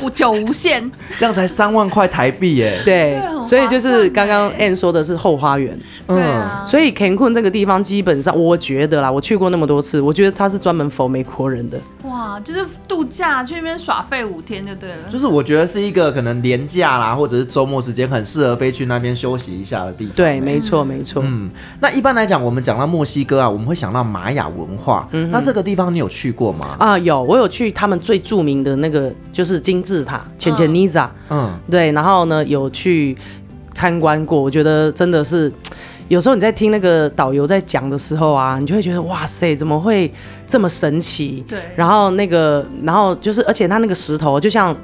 Speaker 2: 无 [LAUGHS] 酒无
Speaker 4: [LAUGHS]
Speaker 2: 限，
Speaker 1: 这样才三万块台币耶。
Speaker 4: 对
Speaker 2: 很划，
Speaker 4: 所以就是刚刚
Speaker 2: 算
Speaker 4: Ann 说的是后花园，
Speaker 2: 对
Speaker 1: 嗯
Speaker 2: 啊，
Speaker 4: 所以 Cancun 这个地方基本上我觉得啦，我去过那么多次，我觉得它是专门 for 美国人的，
Speaker 2: 哇，就是度假去那边耍废五天就对了
Speaker 1: 就。是我觉得是一个可能廉价啦，或者是周末时间很适合飞去那边休息一下的地方。
Speaker 4: 对，没错没错。
Speaker 1: 嗯，那一般来讲，我们讲到墨西哥啊，我们会想到玛雅文化。
Speaker 4: 嗯
Speaker 1: 那这个地方你有去过吗？
Speaker 4: 啊，有我有去他们最著名的那个就是金字塔浅浅妮莎，
Speaker 1: 嗯，
Speaker 4: 对，然后呢有去参观过，我觉得真的是，有时候你在听那个导游在讲的时候啊，你就会觉得哇塞，怎么会这么神奇？
Speaker 2: 对
Speaker 4: 然后那个，然后就是，而且它那个石头，就像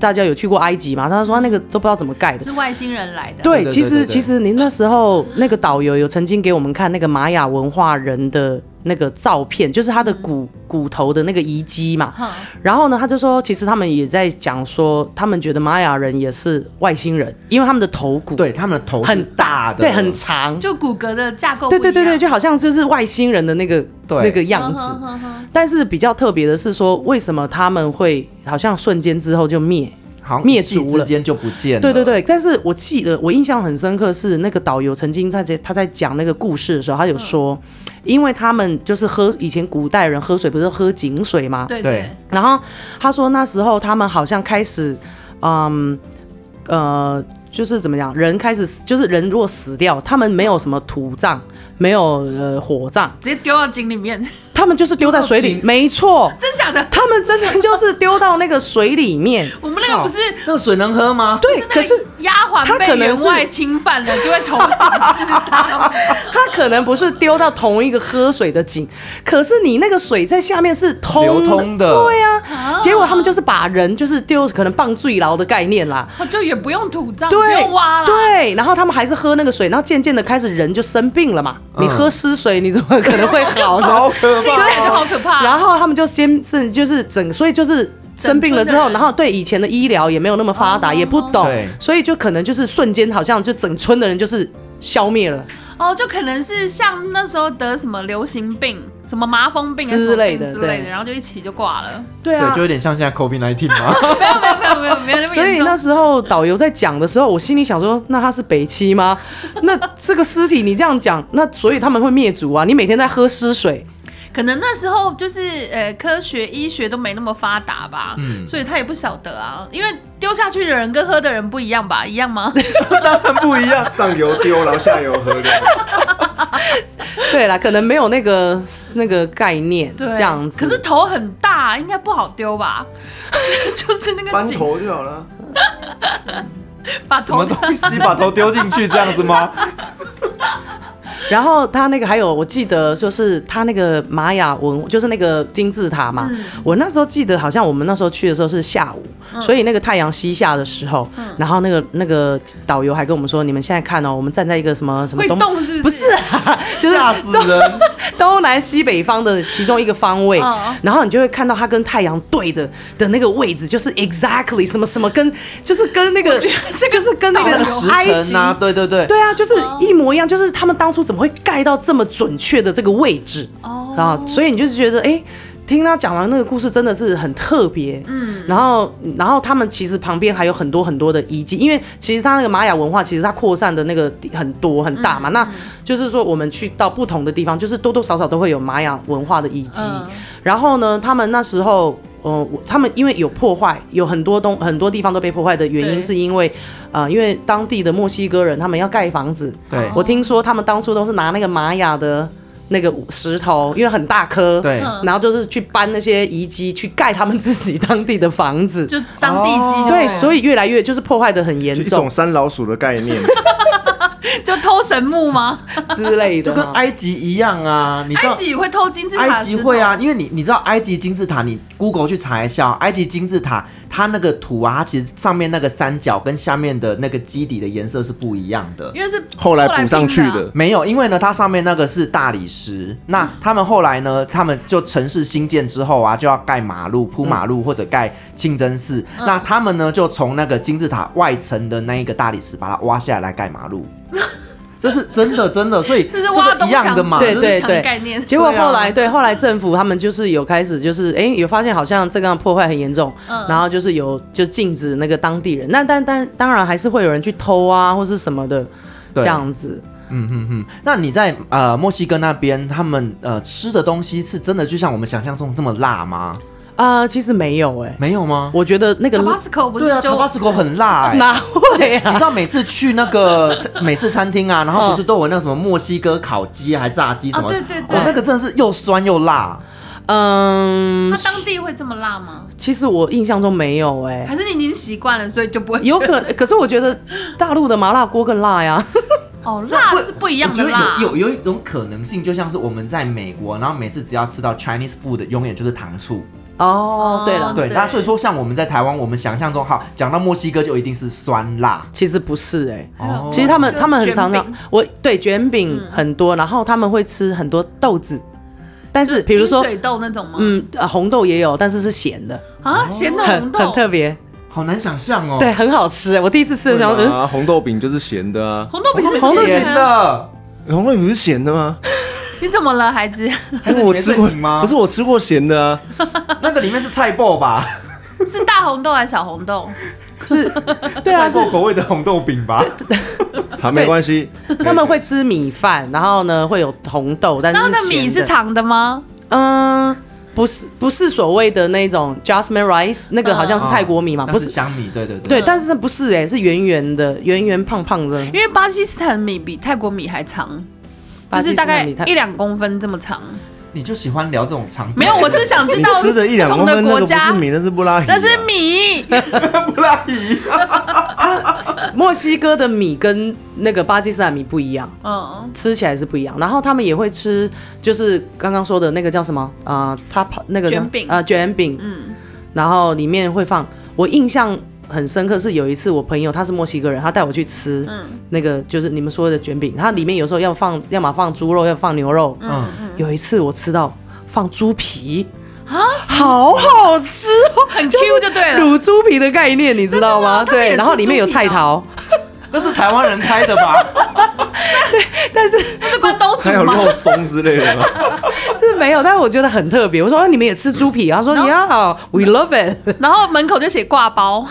Speaker 4: 大家有去过埃及嘛，他说他那个都不知道怎么盖的。
Speaker 2: 是外星人来的，
Speaker 4: 对，
Speaker 1: 对
Speaker 4: 其
Speaker 1: 对对
Speaker 4: 实
Speaker 1: 对
Speaker 4: 其实您那时候那个导游有曾经给我们看那个玛雅文化人的那个照片，就是他的骨骨头的那个遗迹嘛。
Speaker 2: 哼，
Speaker 4: 然后呢，他就说，其实他们也在讲说，他们觉得玛雅人也是外星人，因为他们的头骨
Speaker 1: 对，他们的头是
Speaker 4: 嗯很
Speaker 1: 大的，
Speaker 4: 对很长，
Speaker 2: 就骨骼的架构不
Speaker 4: 对
Speaker 2: 一样，
Speaker 4: 对对对，就好像就是外星人的那个
Speaker 1: 对
Speaker 4: 那个样子。
Speaker 2: 嗯哼哼哼
Speaker 4: 但是比较特别的是说，为什么他们会好像瞬间之后就灭？
Speaker 1: 好像
Speaker 4: 灭
Speaker 1: 一夕
Speaker 4: 族
Speaker 1: 之
Speaker 4: 了
Speaker 1: 间就不见了。
Speaker 4: 对对对，但是我记得我印象很深刻是那个导游曾经在这他在讲那个故事的时候，他有说，因为他们就是喝以前古代人喝水不是喝井水吗？
Speaker 2: 对
Speaker 1: 对
Speaker 4: 然后他说那时候他们好像开始，嗯，呃，就是怎么讲，人开始死就是人如果死掉，他们没有什么土葬，没有呃火葬，
Speaker 2: 直接丢到井里面， [LAUGHS]
Speaker 4: 他们就是丢在水里，没错，
Speaker 2: 真假的？
Speaker 4: 他们真的就是丢到那个水里面。
Speaker 2: 我们那个不是
Speaker 1: 哦这个水能喝吗？
Speaker 4: [LAUGHS] 对，可是
Speaker 2: 那个丫鬟
Speaker 4: 他
Speaker 2: 被
Speaker 4: 可能
Speaker 2: 员
Speaker 4: 是
Speaker 2: 外侵犯了，就会投井自杀。
Speaker 4: 它可能不是丢到同一个喝水的井，可是你那个水在下面是通
Speaker 1: 流通的
Speaker 4: 对啊。结果他们就是把人就是丢，可能棒最牢的概念啦，
Speaker 2: 哦 [LAUGHS] 就也不用土葬，不
Speaker 4: 对
Speaker 2: 用挖，啦。
Speaker 4: 对，然后他们还是喝那个水，然后渐渐的开始人就生病了嘛。
Speaker 1: 嗯
Speaker 4: 你喝湿水，你怎么可能会
Speaker 1: [LAUGHS]
Speaker 2: [LAUGHS]
Speaker 4: 好呢？
Speaker 1: 好可
Speaker 2: 听
Speaker 1: 怕！
Speaker 2: 起来就好可怕。
Speaker 4: 哦然后他们就先是就是整，所以就是。生病了之
Speaker 2: 整村的
Speaker 4: 后，
Speaker 2: 人哦
Speaker 4: 然后对以前的医疗也没有那么发达，也不懂
Speaker 1: 对，
Speaker 4: 所以就可能就是瞬间好像就整村的人就是消灭了。
Speaker 2: 哦，就可能是像那时候得什么流行病、什么麻风病啊
Speaker 4: 之
Speaker 2: 什么病
Speaker 4: 类的
Speaker 2: 之类
Speaker 4: 对
Speaker 2: 的，然后就一起就挂了。 [LAUGHS]
Speaker 4: 对
Speaker 1: 对，就有点像现在 COVID nineteen 嘛。
Speaker 2: 没有没有没有没有没有那么严重。
Speaker 4: 所以那时候导游在讲的时候，我心里想说，那他是北七吗？那这个尸体你这样讲，那所以他们会灭族啊！你每天在喝尸水，
Speaker 2: 可能那时候就是呃，科学医学都没那么发达吧，
Speaker 4: 嗯
Speaker 2: 所以他也不晓得啊，因为丢下去的人跟喝的人不一样吧，一样
Speaker 4: [LAUGHS]
Speaker 2: 吗？
Speaker 1: 不一样，
Speaker 6: 上游丢，然后下游喝掉。
Speaker 4: [LAUGHS] 对啦，可能没有那个那个概念，
Speaker 2: 对，
Speaker 4: 这样子。
Speaker 2: 可是头很大，应该不好丢吧？ [LAUGHS] 就是那个
Speaker 6: 搬
Speaker 2: 井
Speaker 6: 头就好了，
Speaker 2: 把
Speaker 1: 什么
Speaker 2: 头
Speaker 1: 东西把头丢进去这样子吗？
Speaker 4: 然后他那个还有，我记得就是他那个玛雅文，就是那个金字塔嘛。
Speaker 2: 嗯
Speaker 4: 我那时候记得好像我们那时候去的时候是下午，所以那个太阳西下的时候，
Speaker 2: 嗯
Speaker 4: 然后那个那个导游还跟我们说，你们现在看哦，我们站在一个什么什么
Speaker 2: 会
Speaker 4: 东
Speaker 2: 动是
Speaker 4: 不
Speaker 2: 不是
Speaker 4: 是、
Speaker 2: [LAUGHS]
Speaker 4: 啊，就是
Speaker 1: 吓死人！
Speaker 4: 东南西北方的其中一个方位
Speaker 2: 嗯，
Speaker 4: 然后你就会看到它跟太阳对的的那个位置，就是 exactly 什么什么跟，就是跟那个，就是跟那
Speaker 1: 那
Speaker 4: 个
Speaker 1: 个时
Speaker 4: 埃
Speaker 1: 辰
Speaker 4: 及
Speaker 1: 啊，对对对，
Speaker 4: 对啊，就是
Speaker 2: 哦
Speaker 4: 一模一样，就是他们当初怎么会盖到这么准确的这个位置
Speaker 2: 哦
Speaker 4: 啊？所以你就是觉得，哎、听他讲完那个故事真的是很特别，嗯，然后然后他们其实旁边还有很多很多的遗迹，因为其实他那个玛雅文化其实它扩散的那个地很多很大嘛，
Speaker 2: 嗯
Speaker 4: 那就是说我们去到不同的地方，就是多多少少都会有玛雅文化的遗迹，
Speaker 2: 嗯
Speaker 4: 然后呢，他们那时候，呃，我他们因为有破坏，有很多东很多地方都被破坏的原
Speaker 2: 对
Speaker 4: 因，是因为，呃，因为当地的墨西哥人他们要盖房子，
Speaker 1: 对
Speaker 4: 我听说他们当初都是拿那个玛雅的那个石头，因为很大颗，
Speaker 1: 对，
Speaker 4: 然后就是去搬那些遗迹去盖他们自己当地的房子，
Speaker 2: 就当地鸡就
Speaker 4: 哦对，
Speaker 2: 了
Speaker 4: 所以越来越就是破坏的很严
Speaker 6: 就一
Speaker 4: 重
Speaker 6: 种山老鼠的概
Speaker 2: [LAUGHS]
Speaker 6: 念。
Speaker 2: 就偷神木吗？
Speaker 4: 之类的
Speaker 1: 就
Speaker 4: 嘛，
Speaker 1: 跟埃及一样啊，你知
Speaker 2: 埃
Speaker 1: 道。
Speaker 2: 及会偷金字塔？
Speaker 1: 埃及会，啊，因为你你知道埃及金字塔，你 Google 去查一下哦、埃及金字塔它那个土啊，它其实上面那个三角跟下面的那个基底的颜色是不一样的。
Speaker 2: 因为是
Speaker 6: 后来补上去
Speaker 2: 后来拼啊
Speaker 6: 的，
Speaker 1: 没有，因为呢，它上面那个是大理石。那
Speaker 2: 嗯
Speaker 1: 他们后来呢，他们就城市新建之后啊，就要盖马路、
Speaker 2: 嗯
Speaker 1: 铺马路或者盖清真寺。那他们呢，就从那个金字塔外层的那一个大理石把它挖下来来盖马路。这是真的，真的，所以
Speaker 2: [LAUGHS] 这是
Speaker 1: 这
Speaker 2: 挖
Speaker 1: 个
Speaker 2: 东
Speaker 1: 一样
Speaker 2: 墙
Speaker 1: 的嘛，
Speaker 4: 对
Speaker 2: 补
Speaker 4: 对
Speaker 2: 西墙
Speaker 4: 对
Speaker 2: 概念。
Speaker 4: [LAUGHS] 结果
Speaker 1: 对啊
Speaker 4: 后来对后来政府他们就是有开始就是哎有发现好像这个样破坏很严重，然后就是有就禁止那个当地人，那但但当然还是会有人去偷啊或是什么的
Speaker 1: 对
Speaker 4: 这样子。
Speaker 1: 那你在呃墨西哥那边，他们呃吃的东西是真的就像我们想象中这么辣吗？
Speaker 4: 啊，其实没有哎、
Speaker 1: 没有吗？
Speaker 4: 我觉得那个
Speaker 2: [LAUGHS] Tabasco 不是
Speaker 1: 对啊
Speaker 2: 就
Speaker 1: ，Tabasco 很辣哎、
Speaker 4: 哪会
Speaker 1: 你知
Speaker 4: 啊？ [LAUGHS]
Speaker 1: 道每次去那
Speaker 2: [LAUGHS]
Speaker 1: 个美式餐厅啊，然后不是都有那个什么墨西哥烤鸡还炸鸡什么？
Speaker 2: 哦对对对
Speaker 1: 哦那个真的是又酸又辣。
Speaker 4: 嗯
Speaker 2: 它，当地会这么辣吗？
Speaker 4: 其实我印象中没有哎、
Speaker 2: 还是你已经习惯了，所以就不会
Speaker 4: 有
Speaker 2: 觉
Speaker 4: 可
Speaker 2: 得
Speaker 4: 可是我觉得大陆的麻辣锅更辣呀。
Speaker 2: 哦，辣是不一样
Speaker 1: 我觉
Speaker 2: 的
Speaker 1: 得
Speaker 2: 辣，
Speaker 1: 有有有一种可能性，就像是我们在美国，然后每次只要吃到 Chinese food，永远就是糖醋。
Speaker 4: [LAUGHS] 哦，对了，
Speaker 1: 对，
Speaker 2: 对
Speaker 1: 那所以说像我们在台湾，我们想象中好，讲到墨西哥就一定是酸辣。
Speaker 4: 其实不是哎、
Speaker 1: 哦
Speaker 4: 其实他们
Speaker 2: 就
Speaker 4: 他们很常
Speaker 2: 卷
Speaker 4: 常
Speaker 2: 饼，嗯
Speaker 4: 我对卷饼很多，然后他们会吃很多豆子，但是比如说
Speaker 2: 鹰嘴豆那种吗？
Speaker 4: 嗯、呃红豆也有，但是是咸的，
Speaker 2: 啊，
Speaker 7: 哦
Speaker 2: 咸的红
Speaker 4: 很
Speaker 2: 豆
Speaker 4: 很特别，
Speaker 1: 好难想象哦。
Speaker 4: 对，，很好吃。我第一次吃，我想说，嗯
Speaker 7: [LAUGHS]
Speaker 6: 啊，红豆饼就是咸的啊，
Speaker 2: 红豆饼
Speaker 4: 红豆
Speaker 2: 是
Speaker 4: 饼
Speaker 2: 咸
Speaker 1: 甜
Speaker 2: 的。
Speaker 1: 的。
Speaker 6: 红豆饼不是咸的吗？
Speaker 2: 你怎么了，孩子？ [LAUGHS]
Speaker 1: 还是
Speaker 6: 我
Speaker 1: 你没
Speaker 6: 吃
Speaker 1: 睡
Speaker 6: 过
Speaker 1: 醒吗？
Speaker 6: 不是我吃过咸的啊，
Speaker 1: 那个里面是菜爆吧？
Speaker 2: 是大红豆还是小红豆？
Speaker 4: 嗯是， [LAUGHS] 对啊，是
Speaker 1: 够口味的红豆饼吧？
Speaker 7: 好，没关系。
Speaker 4: 他们会吃米饭，然后呢会有红豆，但
Speaker 2: 然后
Speaker 4: 是
Speaker 2: 那
Speaker 4: 咸
Speaker 2: 米是
Speaker 4: 的
Speaker 2: 长的吗？
Speaker 4: 嗯，不是不是所谓的那种 jasmine rice，那个
Speaker 2: 嗯
Speaker 4: 好像是泰国米嘛，
Speaker 1: 哦那
Speaker 4: 不
Speaker 1: 是
Speaker 4: 是。
Speaker 1: 香米，对对
Speaker 4: 对，但是那不是哎、是圆圆的，圆圆胖胖的，
Speaker 2: 因为巴基斯坦的米比泰国米还长，
Speaker 4: 巴
Speaker 2: 就
Speaker 4: 基
Speaker 2: 是
Speaker 4: 斯
Speaker 2: 大
Speaker 4: 坦
Speaker 2: 概
Speaker 4: 米它
Speaker 2: 一两公分这么长。
Speaker 1: 你就喜欢聊这种长
Speaker 2: 没有，我是想知
Speaker 7: 你
Speaker 2: 道
Speaker 7: 吃的一两
Speaker 2: 不
Speaker 7: 公
Speaker 2: 同的
Speaker 7: 分，那
Speaker 2: 国
Speaker 7: 个不
Speaker 2: 家
Speaker 7: 是米，那是布拉提。啊
Speaker 2: 那是
Speaker 4: [LAUGHS]
Speaker 2: 米，
Speaker 1: [LAUGHS] 不拉皮。
Speaker 4: 墨西哥的米跟那个巴基斯坦米不一样，
Speaker 2: 嗯，
Speaker 4: 吃起来是不一样。然后他们也会吃，就是刚刚说的那个叫什么啊？他、呃、那个叫
Speaker 2: 卷饼
Speaker 4: 呃卷饼，嗯，然后里面会放。我印象很深刻是有一次我朋友他是墨西哥人，他带我去吃，
Speaker 2: 嗯
Speaker 4: 那个就是你们说的卷饼，它里面有时候要放，要么放猪肉，要放牛肉。
Speaker 1: 嗯，
Speaker 4: 有一次我吃到放猪皮。啊，好好吃哦！
Speaker 2: 很 Q 就 [LAUGHS] 对了。
Speaker 4: 卤猪皮的概念你知道
Speaker 2: 真的吗
Speaker 4: 吗？
Speaker 2: 他们也
Speaker 4: 对，然后
Speaker 2: 吃
Speaker 4: 里面有
Speaker 2: 猪皮啊
Speaker 4: 菜桃，
Speaker 1: 那是台湾人开的吧？
Speaker 4: 但是
Speaker 2: 那是关东煮
Speaker 7: 还有
Speaker 2: 吗？
Speaker 7: 肉松之类的吗？
Speaker 4: 是没有，但是我觉得很特别。我说、啊、你们也吃猪皮啊？他说你好，We love it。
Speaker 2: 然后门口就写挂包，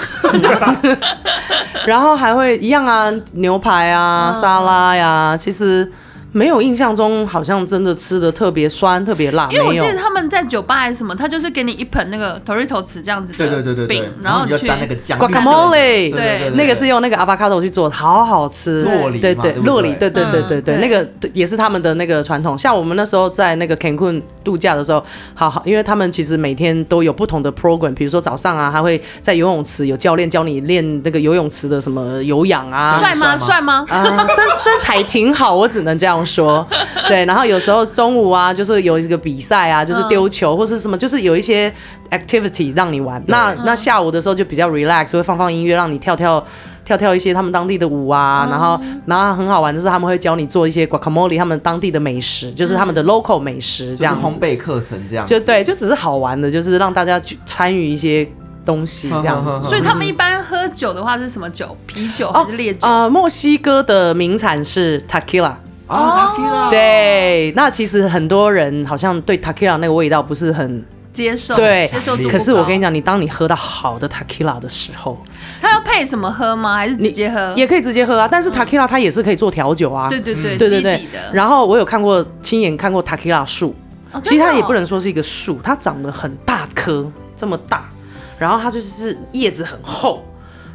Speaker 4: 然后还会一样啊，牛排啊，沙拉呀、其实没有印象中好像真的吃的特别酸、特别辣，
Speaker 2: 因为我
Speaker 4: [LAUGHS] 没
Speaker 2: 记
Speaker 4: 有。
Speaker 2: 得他们在酒吧还是什么，他就是给你一盆那个 Torito 吃这样子
Speaker 1: [LAUGHS]
Speaker 2: 的
Speaker 1: 对对对对对
Speaker 2: 饼，，
Speaker 4: 嗯
Speaker 2: 然后
Speaker 1: 你
Speaker 2: 你
Speaker 1: 就
Speaker 2: 去
Speaker 1: 沾那个酱
Speaker 4: Guacamole
Speaker 1: 对，
Speaker 4: 那个是用那个 avocado 去做的，好好吃。
Speaker 1: 洛梨
Speaker 4: 对
Speaker 1: 嘛
Speaker 4: 对，
Speaker 1: 对不
Speaker 4: 洛梨，对
Speaker 1: 对
Speaker 4: 对对
Speaker 2: 嗯
Speaker 4: 对
Speaker 2: 对
Speaker 4: 对，那个对也是他们的那个传统。像我们那时候在那个 Cancun 度假的时候，好好，因为他们其实每天都有不同的 program，比如说早上啊，他会在游泳池有教练教你练那个游泳池的什么有氧啊，
Speaker 2: 帅吗？
Speaker 1: 帅吗
Speaker 2: 帅吗？
Speaker 4: 啊，身 [LAUGHS] 身材挺好，我只能这
Speaker 2: [LAUGHS]
Speaker 4: 样说。对，然后有时候中午啊，就是有一个比赛啊，
Speaker 2: 嗯
Speaker 4: 就是丢球或是什么，就是有一些 activity 让你玩。那
Speaker 2: 嗯
Speaker 4: 那下午的时候就比较 relax，会放放音乐，让你跳跳。跳跳一些他们当地的舞啊，
Speaker 2: 嗯
Speaker 4: 然后然后很好玩的是他们会教你做一些 guacamole，他们当地的美食，就是他们
Speaker 2: 嗯
Speaker 4: 的 local 美食这
Speaker 1: 这
Speaker 4: 样
Speaker 1: 样
Speaker 4: 子
Speaker 1: 烘，焙课程这样子，
Speaker 4: 就对，就只是好玩的，就是让大家去参与一些东西这样子。
Speaker 2: 所以他们一般喝酒的话是什么酒？
Speaker 4: 嗯
Speaker 2: 啤酒嗯还是烈酒？
Speaker 4: 呃，墨西哥的名产是 tequila，
Speaker 1: 啊 t a
Speaker 2: 哦
Speaker 4: 哦对，那其实很多人好像对 tequila 那个味道不是很
Speaker 2: 接受
Speaker 4: 哦对
Speaker 2: 接受度不高。
Speaker 4: 可是我跟你讲，你当你喝到好的 tequila 的时候，
Speaker 2: 他要配什么喝吗？还是直接喝？嗯
Speaker 4: 也可以直接喝啊。但是 tequila 它也是可以做调酒啊。
Speaker 2: 对对对，
Speaker 4: 对
Speaker 2: 基
Speaker 4: 对
Speaker 2: 底
Speaker 4: 对
Speaker 2: 的。
Speaker 4: 然后我有看过，亲眼看过 tequila 树，
Speaker 2: 哦
Speaker 4: 其实它也不。
Speaker 2: 真的哦
Speaker 4: 能说是一个树，它长得很大棵，这么大，然后它就是叶子很厚。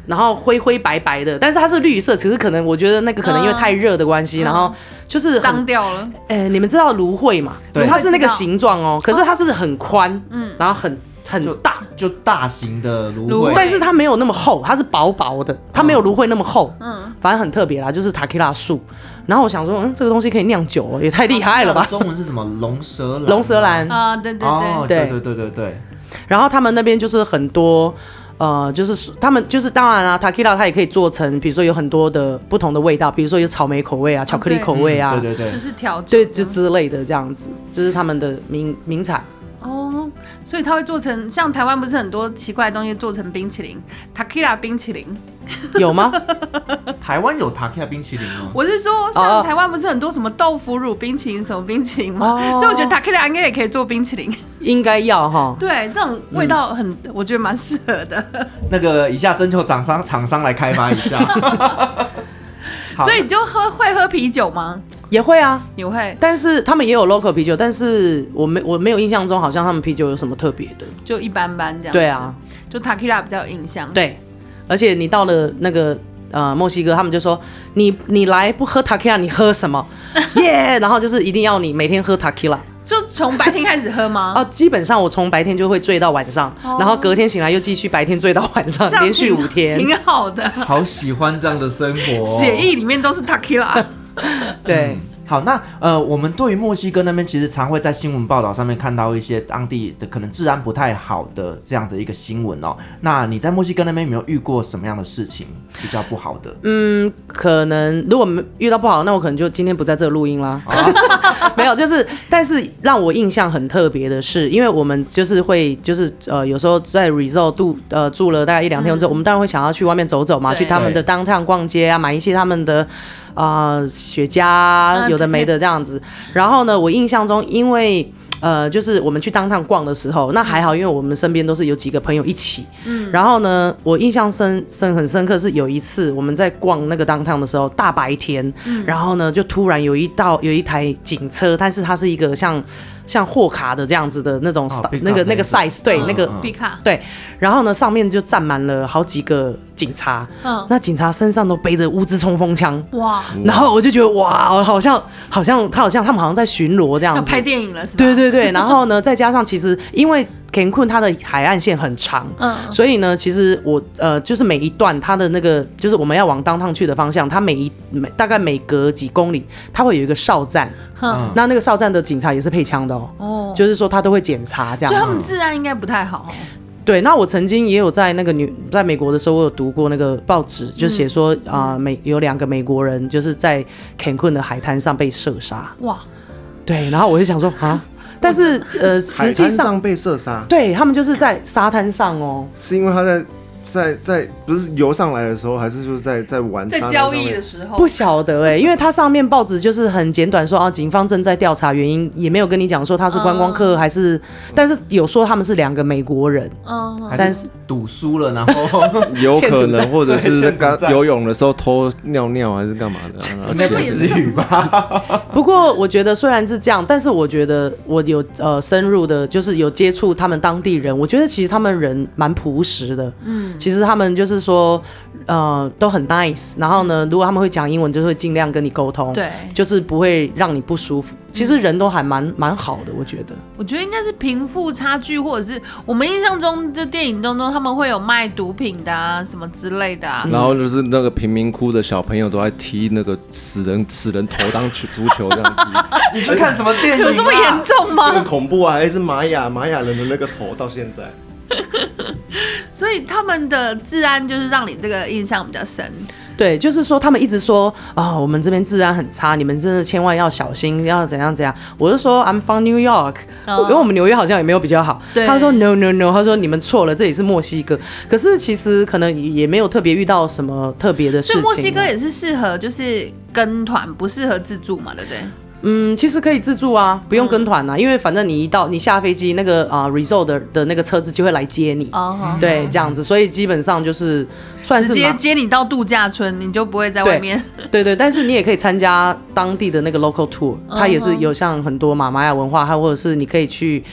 Speaker 4: 然后灰灰白白的，但是它是绿色，其实可能我觉得那个可能因为
Speaker 2: 嗯
Speaker 4: 太热的关系，然后就是很
Speaker 2: 脏掉了，
Speaker 4: 呃，你们知道芦荟嘛？
Speaker 1: 对
Speaker 4: 它是那个形状哦，可是它是很宽，嗯，然后很很大，
Speaker 1: 就大型的芦
Speaker 2: 芦
Speaker 1: 荟嗯
Speaker 2: 荟，
Speaker 4: 但是它没有那么厚，它是薄薄的，它没有芦荟那么厚，嗯，反正很特别啦，就是塔 q 拉树。然后我想说，嗯，这个东西可以酿酒哦，也太厉害了吧！
Speaker 1: 中文是什么？龙舌兰吗，
Speaker 4: 龙舌兰，
Speaker 2: 啊，对对
Speaker 1: 哦，
Speaker 2: 对，
Speaker 1: 对
Speaker 4: 对
Speaker 1: 对对对对，
Speaker 4: 然后他们那边就是很多。呃，就是他们就是当然啊 t a k i l a 它也可以做成，比如说有很多的不同的味道，比如说有草莓口味啊、巧克力口味啊，
Speaker 1: 嗯对对对
Speaker 2: 就。是调酒，
Speaker 4: 对，就之类的这样子，就是他们的名名产。
Speaker 2: 哦，所以它会做成像台湾不是很多奇怪的东西做成冰淇淋 t a k i l a 冰淇淋。
Speaker 4: 有吗？
Speaker 1: 台湾有塔克亚冰淇淋吗？
Speaker 2: 我是说，
Speaker 4: 哦哦
Speaker 2: 像台湾不是很多什么豆腐乳冰淇淋什么冰淇淋吗？
Speaker 4: 哦
Speaker 2: 所以我觉得 t a k i l a 应该也可以做冰淇淋。
Speaker 4: 应该要哈。
Speaker 2: 对，这种味道很，我觉得蛮适合的。
Speaker 1: 那个以下征求厂商厂商来开发一下。 [LAUGHS] 好
Speaker 2: 所以你就喝会喝啤酒吗？
Speaker 4: 也会啊，
Speaker 2: 你会
Speaker 4: 但是他们也有 local 啤酒，但是我没我没有印象中好像他们啤酒有什么特别的。
Speaker 2: 就一般般这样？
Speaker 4: 对，啊，
Speaker 2: 就 t a k i l a 比较有印象。
Speaker 4: 对，而且你到了那个呃墨西哥，他们就说你你来不喝 tequila，你喝什 [LAUGHS] 么？耶、然后就是一定要你每天喝 tequila
Speaker 2: 就从白天开始喝
Speaker 4: [LAUGHS]
Speaker 2: 吗？
Speaker 4: 啊，基本上我从白天就会醉到晚上，然后隔天醒来又继续白天醉到晚上，
Speaker 2: 这样
Speaker 4: 连续
Speaker 2: 挺
Speaker 4: 五天。哦
Speaker 2: 挺好的。
Speaker 1: 好喜欢这样的生活、哦，
Speaker 2: 血液里面都是 t a k i l
Speaker 4: [LAUGHS]
Speaker 2: a
Speaker 4: 对，
Speaker 1: 好，那呃，我们对于墨西哥那边，其实常会在新闻报道上面看到一些当地的可能治安不太好的这样子一个新闻哦。那你在墨西哥那边有没有遇过什么样的事情比较不好的？
Speaker 4: 嗯，可能如果没遇到不好，那我可能就今天不在这录音啦。
Speaker 2: 啊
Speaker 4: [LAUGHS] 没有，就是，但是让我印象很特别的是，因为我们就是会，就是呃，有时候在 resort 度呃住了大概一两天之后，我们当然会想要去外面走走嘛，
Speaker 2: 嗯对
Speaker 4: 去他们的 downtown 逛街啊，买一些他们的
Speaker 2: 嗯
Speaker 4: 啊、呃雪茄啊，有的没的这样子。然后呢，我印象中因为。呃，就是我们去当趟逛的时候，那还好，因为我们身边都是有几个朋友一起。嗯，然后呢，我印象深深很深刻是有一次我们在逛那个当趟的时候，大白天，然后呢就突然有一道有一台警车，但是它是一个像像货卡的这样子的那种、嗯
Speaker 1: pickup
Speaker 4: 哦那个那
Speaker 1: 那
Speaker 4: 个 size，对，那个
Speaker 2: 比卡，
Speaker 4: 对，然后呢，上面就站满了好几个警察，
Speaker 2: 嗯，
Speaker 4: 那警察身上都背着乌兹冲锋枪，
Speaker 2: 哇，
Speaker 4: 然后我就觉得哇，好像好像他好像他们好像在巡逻这样
Speaker 2: 要
Speaker 4: 子，
Speaker 2: 拍电影了是吧？
Speaker 4: 对，对对，然后呢，再加上其实因为 Cancun 它的海岸线很长，
Speaker 2: 嗯，
Speaker 4: 所以呢，其实我呃，就是每一段它的那个，就是我们要往当趟去的方向，它每一每大概每隔几公里，它会有一个哨站，
Speaker 2: 哼，
Speaker 1: 嗯
Speaker 4: 那那个哨站的警察也是配枪的哦，
Speaker 2: 哦，
Speaker 4: 就是说他都会检查这样
Speaker 2: 所以他
Speaker 4: 子。
Speaker 2: 们治安应该不太好哦，
Speaker 4: 对，那我曾经也有在那个女在美国的时候，我有读过那个报纸，就写说啊、美有两个美国人就是在 Cancun 的海滩上被射杀，
Speaker 2: 哇，
Speaker 4: 对，然后我就想说啊，但是呃，实
Speaker 7: 海
Speaker 4: 际
Speaker 7: 滩
Speaker 4: 上。
Speaker 7: 上被射杀，
Speaker 4: 对他们就是在沙滩上哦，
Speaker 7: 是因为他在在在不是游上来的时候，还是就是在在玩
Speaker 2: 在
Speaker 7: 沙滩
Speaker 2: 交
Speaker 7: 上
Speaker 2: 易
Speaker 7: 面
Speaker 2: 的时候
Speaker 4: 不，晓得哎、因为它上面报纸就是很简短说啊，警方正在调查原因，也没有跟你讲说他是观光客还是，但是有说他们是两个美国人，
Speaker 2: 嗯，
Speaker 1: 还
Speaker 4: 但
Speaker 1: 是
Speaker 4: 是
Speaker 1: 赌输了，然后
Speaker 7: 有
Speaker 1: [LAUGHS]
Speaker 4: 欠
Speaker 7: 可
Speaker 4: 赌债
Speaker 7: 能，或者是在刚
Speaker 1: 欠赌债
Speaker 7: 游泳的时候偷尿尿还是干嘛
Speaker 2: [LAUGHS]
Speaker 7: 的，啊然后
Speaker 1: 应该不
Speaker 7: 起来
Speaker 1: 至于吧？
Speaker 4: 不过我觉得虽然是这样，但是我觉得我有呃深入的，就是有接触他们当地人，我觉得其实他们人蛮朴实的，嗯，其实他们就是说呃都很 nice，然后呢，如果他们会讲英文，就会尽量跟你沟通，，
Speaker 2: 嗯对，嗯
Speaker 4: 就是不会让你不舒服。其实人都还蛮蛮好的，我觉得。
Speaker 2: 我觉得应该是贫富差距，或者是我们印象中这电影当中他们会有卖毒品的啊什么之类的
Speaker 4: 嗯
Speaker 2: 啊，
Speaker 7: 然后就是那个贫民窟的小朋友都在踢那个死人死人头当球足球这样踢，
Speaker 1: [LAUGHS] 你是看什么电影啊？
Speaker 2: 有这么严重
Speaker 7: 很
Speaker 4: 嗯
Speaker 2: 吗？
Speaker 7: 恐怖啊！还是玛雅玛雅人的那个头到现在，
Speaker 2: 所以他们的治安就是让你这个印象比较深，
Speaker 4: 对，就是说他们一直说啊、我们这边治安很差，你们真的千万要小心，要怎样怎样。我就说 I'm from New York，、
Speaker 2: 哦
Speaker 4: 因为我们纽约好像也没有比较好。
Speaker 2: 对
Speaker 4: 他说 No No No，他说你们错了，这里是墨西哥。可是其实可能也没有特别遇到什么特别的事
Speaker 2: 所以
Speaker 4: 情啊。
Speaker 2: 墨西哥也是适合就是跟团，不适合自助嘛，对不对？
Speaker 4: 嗯，其实可以自助啊，不用跟团啊，因为反正你一到你下飞机，那个啊、resort 的的那个车子就会来接你。
Speaker 2: 哦，
Speaker 4: 对，这样子，所以基本上就是算嗯是
Speaker 2: 直接
Speaker 4: 蛮
Speaker 2: 接你到度假村，你就不会在
Speaker 4: 对
Speaker 2: 外面。
Speaker 4: 对对，但是你也可以参加当地的那个 local tour，它
Speaker 2: 嗯
Speaker 4: 也是有像很多马玛雅文化，还或者是你可以去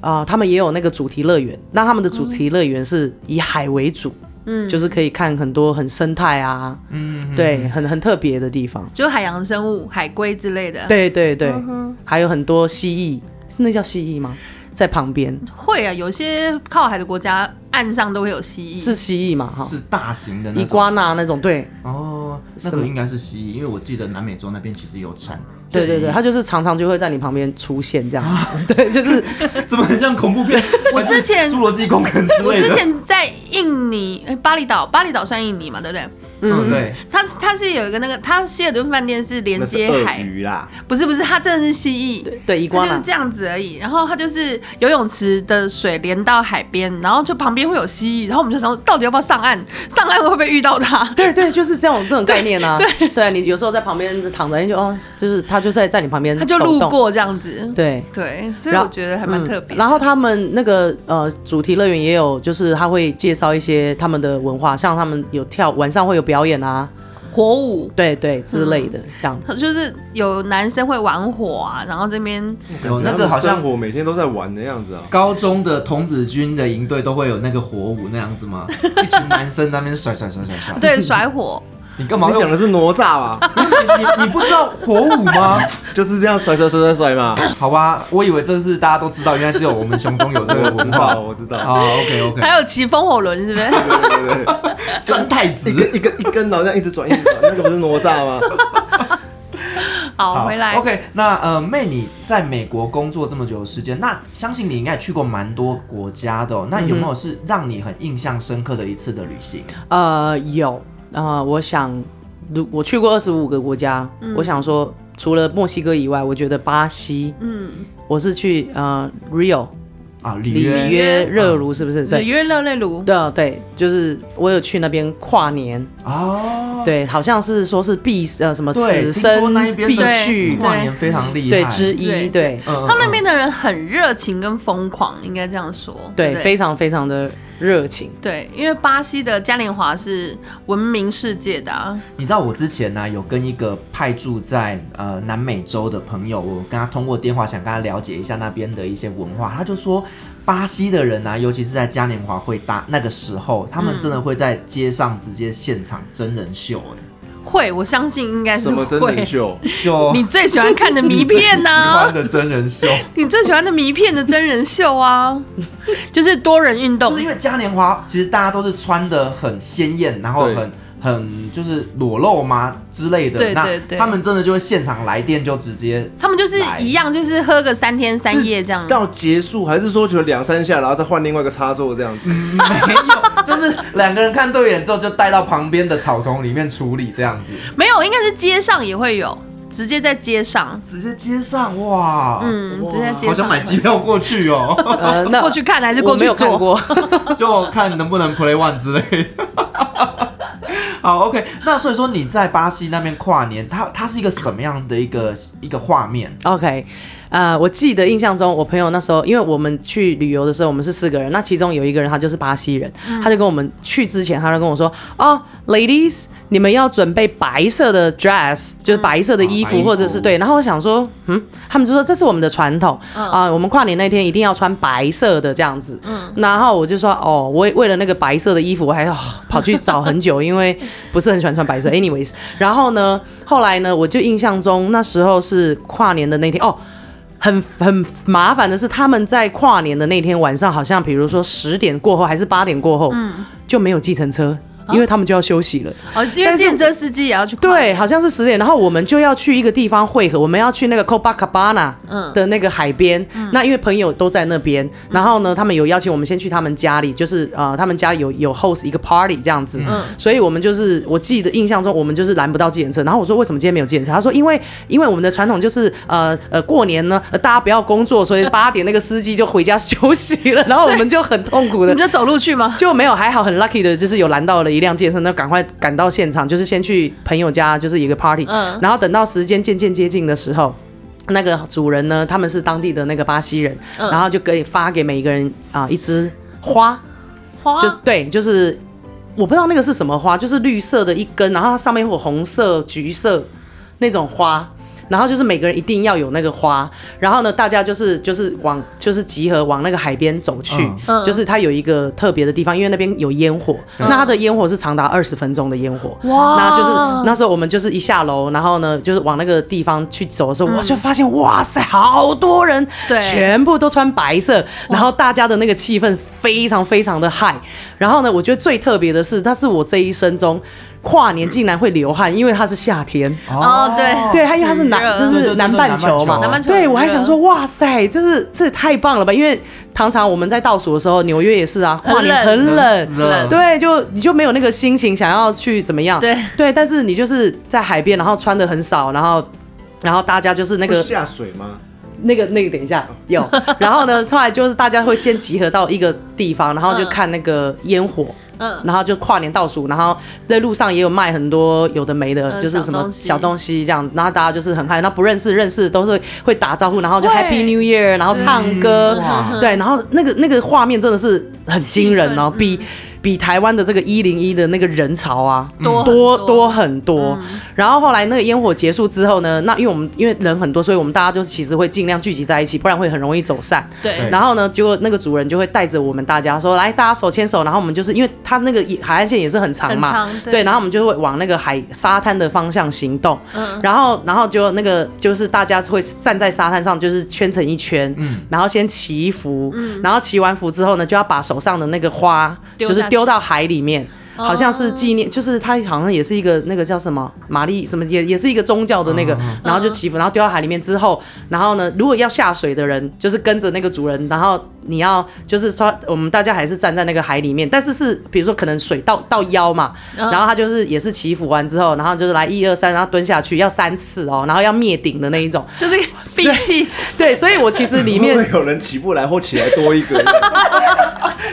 Speaker 4: 啊、他们也有那个主题乐园。那他们的主题乐园是以海为主，嗯，就是可以看很多很生态啊，嗯， [LAUGHS] 对，很很特别的地方。
Speaker 2: 就海洋生物、海龟之类的。，
Speaker 4: 对对对，
Speaker 2: 嗯
Speaker 4: 还有很多蜥蜴，是那叫蜥蜴吗？在旁边
Speaker 2: 会啊，有些靠海的国家岸上都会有蜥蜴。
Speaker 4: 是蜥蜴嘛？
Speaker 1: [LAUGHS]
Speaker 4: 哈，
Speaker 1: 是大型的那
Speaker 4: 伊
Speaker 1: 种
Speaker 4: 瓜纳那种，对
Speaker 1: 哦，那
Speaker 4: 什
Speaker 1: 个
Speaker 4: 么
Speaker 1: 应该是蜥蜴，因为我记得南美洲那边其实有产。
Speaker 4: 对对对，它就是常常就会在你旁边出现这样 [LAUGHS] 子，对，就是
Speaker 1: [LAUGHS] 怎么很像恐怖片？
Speaker 2: 我之前
Speaker 1: 还是侏罗纪公园之类的。
Speaker 2: 我之前在印尼，哎、巴厘岛，巴厘岛算印尼嘛，对不对？
Speaker 1: 嗯对，
Speaker 2: 它它是有一个那个，它希尔顿饭店是连
Speaker 7: 那是
Speaker 2: 接
Speaker 7: 鳄
Speaker 2: 海，
Speaker 7: 鱼啦，
Speaker 2: 不是不是，它真的是蜥蜴。
Speaker 4: 对伊
Speaker 2: 它
Speaker 4: 瓜
Speaker 2: 就是
Speaker 4: 纳
Speaker 2: 这样子而已，然后它就是游泳池的水连到海边，然后就旁边会有蜥蜴，然后我们就想说到底要不要上岸？上岸会不会遇到
Speaker 4: [LAUGHS]
Speaker 2: 它？
Speaker 4: 对对，就是这种这种概念啊。对，你有时候在旁边躺着，你就哦，就是他就在在你旁边，
Speaker 2: 它就路。过这样子。
Speaker 4: 对，
Speaker 2: 对，所以我觉得还蛮
Speaker 4: 嗯
Speaker 2: 特别的。
Speaker 4: 然后他们那个呃主题乐园也有，就是他会介绍一些他们的文化，像他们有跳，晚上会有表演啊，
Speaker 2: 火舞，
Speaker 4: 对对之类
Speaker 2: 嗯
Speaker 4: 的、这样子。
Speaker 2: 就是有男生会玩火啊，然后这
Speaker 4: [LAUGHS]
Speaker 2: 边
Speaker 1: 有那
Speaker 7: 他
Speaker 1: 个
Speaker 7: 们
Speaker 1: 好
Speaker 7: 生
Speaker 1: 像
Speaker 7: 活每天都在玩的样子啊。
Speaker 1: 高中的童子军的营队都会有那个火舞那样子吗？一群男生在那边甩甩甩甩甩。，
Speaker 2: 对甩火，
Speaker 1: 你干嘛
Speaker 7: 你
Speaker 1: 用？
Speaker 7: 讲的是哪吒吧？ [LAUGHS]
Speaker 1: 你你不知道火舞吗？
Speaker 7: 就是这样甩甩甩甩甩嘛。
Speaker 1: 好吧，我以为这是大家都知道，原来只 [LAUGHS] 有我们熊中有这
Speaker 7: 我
Speaker 1: 个
Speaker 7: 知
Speaker 1: 文化
Speaker 7: [LAUGHS] 道，。我知道。
Speaker 1: 啊，OK OK，
Speaker 2: 还有骑风火轮，是不是？
Speaker 7: 对对对，
Speaker 1: 三太子
Speaker 7: 一根一根一根脑这样一直转一直转，那个不是哪吒吗？
Speaker 2: 好，回来
Speaker 1: OK，那呃，妹，你在美国工作这么久的时间，那相信你应该也去过蛮多国家的、哦。那有没有是让你很印象深刻的一次的旅行？
Speaker 2: 嗯
Speaker 4: 呃，有呃，我想，如我去过二十五个国家，
Speaker 2: 嗯
Speaker 4: 我想说，除了墨西哥以外，我觉得巴西，
Speaker 2: 嗯，
Speaker 4: 我是去呃 Rio，
Speaker 1: 啊，里
Speaker 4: 里
Speaker 1: 约
Speaker 4: 约热炉是不是？对
Speaker 2: 里约热内卢，
Speaker 4: 对啊对，就是我有去那边跨年，
Speaker 1: 哦，
Speaker 4: 对，好像是说是必呃什么
Speaker 1: 对听
Speaker 4: 此
Speaker 1: 说
Speaker 4: 生
Speaker 1: 那一边
Speaker 4: 必
Speaker 1: 的
Speaker 4: 去，
Speaker 1: 跨年非常厉害，
Speaker 4: 对之一，
Speaker 2: 对
Speaker 4: 对
Speaker 1: 嗯，嗯
Speaker 2: 他们那
Speaker 1: 嗯
Speaker 2: 边的人很热情跟疯狂，应该这样说。对
Speaker 4: 对
Speaker 2: 不，对，
Speaker 4: 非常非常的热情。
Speaker 2: 对，因为巴西的嘉年华是闻名世界的啊。
Speaker 1: 你知道我之前呢、啊有跟一个派驻在呃南美洲的朋友，我跟他通过电话想跟他了解一下那边的一些文化，他就说巴西的人啊，尤其是在嘉年华会大那个时候，他们真的会在街上直接现场真人秀、哎、
Speaker 2: 会，我相信应该是
Speaker 7: 什么真
Speaker 2: 会
Speaker 7: 人。秀？
Speaker 1: 就
Speaker 2: 你最喜欢看的迷片呢、
Speaker 1: [LAUGHS] 喜欢的真人秀，
Speaker 2: 你最喜欢的迷片的真人秀啊，就是多人运动
Speaker 1: 就是，因为嘉年华其实大家都是穿的很鲜艳，然后
Speaker 7: 对
Speaker 1: 很。很就是裸露吗之类的，
Speaker 2: 对对
Speaker 1: 那
Speaker 2: 对
Speaker 1: 他们真的就会现场来电，就直接
Speaker 2: 他们就是一样，就是喝个三天三夜这样
Speaker 7: 是。到结束还是说就两三下，然后再换另外一个插座这样
Speaker 4: 嗯
Speaker 7: 子？
Speaker 1: 没有，就是两个人看对眼之后就带到旁边的草丛里面处理这样子，
Speaker 2: 没有，应该是街上也会有，直接在街上，
Speaker 1: 直接接上哇，
Speaker 2: 嗯，直接在街
Speaker 1: 好
Speaker 2: 上。
Speaker 1: 想买机票过去
Speaker 4: [LAUGHS]
Speaker 1: 哦，
Speaker 2: [LAUGHS]
Speaker 4: 呃，那
Speaker 2: 过去看还是过
Speaker 4: 我
Speaker 2: 去
Speaker 4: 没有看
Speaker 2: 做
Speaker 4: 过， [LAUGHS]
Speaker 1: 就看能不能 play one 之类 [LAUGHS] 的。好，OK，那所以说你在巴西那边跨年，它它是一个什么样的一个一个画面？
Speaker 4: OK，呃，我记得印象中，我朋友那时候，因为我们去旅游的时候，我们是四个人，那其中有一个人他就是巴西人，
Speaker 1: 嗯
Speaker 4: 他就跟我们去之前，他就跟我说：“哦，ladies，你们要准备白色的 dress，就是白色的衣
Speaker 1: 哦白
Speaker 4: 服，
Speaker 1: 衣服嗯
Speaker 4: 或者是对。”然后我想说，嗯，他们就说这是我们的传统啊、我们跨年那天一定要穿白色的这样子。嗯，然后我就说：“哦，我为了那个白色的衣服，我还要、哦跑去找很久，
Speaker 1: [LAUGHS]
Speaker 4: 因为不是很喜欢穿白色。Anyways，然后呢，后来呢，我就印象中那时候是跨年的那天哦。很很麻烦的是，他们在跨年的那天晚上，好像比如说十点过后还是八点过后，就没有计程车，因为他们就要休息了。
Speaker 2: 哦，因为电车司机也要去跨
Speaker 4: 对，好像是十点，然后我们就要去一个地方汇合，我们要去那个 Copacabana 的那个海边。那因为朋友都在那边，然后呢，他们有邀请我们先去他们家里，就是呃，他们家有有 host 一个 party 这样子，所以我们就是我记得印象中我们就是拦不到计程车。然后我说为什么今天没有计程车？他说因为因为我们的传统就是呃呃过年呢、呃大家不要工作，所以八点那个司机就回家休息了，然后我们就很痛苦
Speaker 2: 你
Speaker 4: 的
Speaker 2: 们就走路去吗？
Speaker 4: 就没有，还好很 lucky 的，就是有拦到了一辆健身，那赶快赶到现场，就是先去朋友家，就是一个 party，、
Speaker 2: 嗯
Speaker 4: 然后等到时间渐渐接近的时候。那个主人呢，他们是当地的那个巴西人，然后就可以发给每一个人啊、一支花，
Speaker 2: 花
Speaker 4: 就是对，就是我不知道那个是什么花，就是绿色的一根，然后它上面会有红色、橘色那种花。然后就是每个人一定要有那个花，然后呢，大家就是就是往就是集合往那个海边走去，
Speaker 2: 嗯
Speaker 4: 就是它有一个特别的地方，因为那边有烟火，那它的烟火是长达二十分钟的烟火，
Speaker 2: 哇
Speaker 4: 那就是那时候我们就是一下楼，然后呢就是往那个地方去走的时候，我就发现哇塞，好多人，
Speaker 2: 嗯对
Speaker 4: 全部都穿白色，然后大家的那个气氛非常非常的嗨。然后呢，我觉得最特别的是，它是我这一生中跨年竟然会流汗，因为它是夏天。
Speaker 2: 哦，对
Speaker 4: 对，它因为它是南，
Speaker 2: 很热
Speaker 4: 就
Speaker 1: 对对
Speaker 4: 是
Speaker 1: 对
Speaker 4: 南
Speaker 1: 对
Speaker 4: 半球嘛，
Speaker 1: 南
Speaker 2: 半球
Speaker 4: 对
Speaker 2: 很
Speaker 4: 我还
Speaker 2: 热
Speaker 4: 想说，哇塞，就是这也太棒了吧！因为常常我们在倒数的时候，纽约也是啊，跨年
Speaker 2: 很冷嗯
Speaker 4: 很冷，
Speaker 1: 死了
Speaker 4: 对，就你就没有那个心情想要去怎么样，
Speaker 2: 对
Speaker 4: 对，但是你就是在海边，然后穿的很少，然后然后大家就是那
Speaker 7: 那个
Speaker 4: 个
Speaker 7: 下水吗？
Speaker 4: 那个那个等一
Speaker 2: 哦
Speaker 4: 下有，然后呢，后来就是大家会先集合到一个地方，然后就
Speaker 2: 嗯
Speaker 4: 看那个烟火。
Speaker 2: 嗯
Speaker 4: 然后就跨年倒数，然后在路上也有卖很多有的没的，
Speaker 2: 嗯
Speaker 4: 就是什
Speaker 2: 小
Speaker 4: 么
Speaker 2: 东西
Speaker 4: 小东西这样子，然后大家就是很嗨，那不认识认识都是会打招呼，然后就
Speaker 2: 会嗯
Speaker 4: Happy New Year，然后唱歌，
Speaker 1: 哇
Speaker 4: 对，然后那个那个画面真的是很惊人哦，
Speaker 2: 气氛
Speaker 4: 比比台湾的这个一零一的那个人潮啊，
Speaker 2: 多
Speaker 4: 多
Speaker 2: 很
Speaker 4: 多很多。然后后来那个烟火结束之后呢，那因为我们因为人很多，所以我们大家就其实会尽量聚集在一起，不然会很容易走散。
Speaker 2: 对
Speaker 1: 对
Speaker 4: 然后呢，结果那个主人就会带着我们大家说，来，大家手牵手，然后我们就是因为他那个也海岸线也是很长嘛，
Speaker 2: 很长对
Speaker 4: 对，然后我们就会往那个海沙滩的方向行动，
Speaker 2: 嗯
Speaker 4: 然后然后就那个就是大家会站在沙滩上，就是圈成一圈，
Speaker 2: 嗯
Speaker 4: 然后先祈福，然后祈完福之后呢，就要把手上的那个花
Speaker 2: 丢
Speaker 4: 就是
Speaker 2: 下去
Speaker 4: 丢到海里面。好像是纪念，就是它好像也是一个那个叫什么玛丽什么，也也是一个宗教的那个，然后就祈福，然后丢到海里面之后，然后呢，如果要下水的人就是跟着那个主人，然后你要就是说我们大家还是站在那个海里面，但是是比如说可能水到到腰嘛，然后他就是也是祈福完之后，然后就是来一二三，然后蹲下去要三次哦，然后要灭顶的那一种，
Speaker 2: 就是闭气，
Speaker 4: 对，所以我其实里面
Speaker 7: 会不会有人起不来或起来多一个，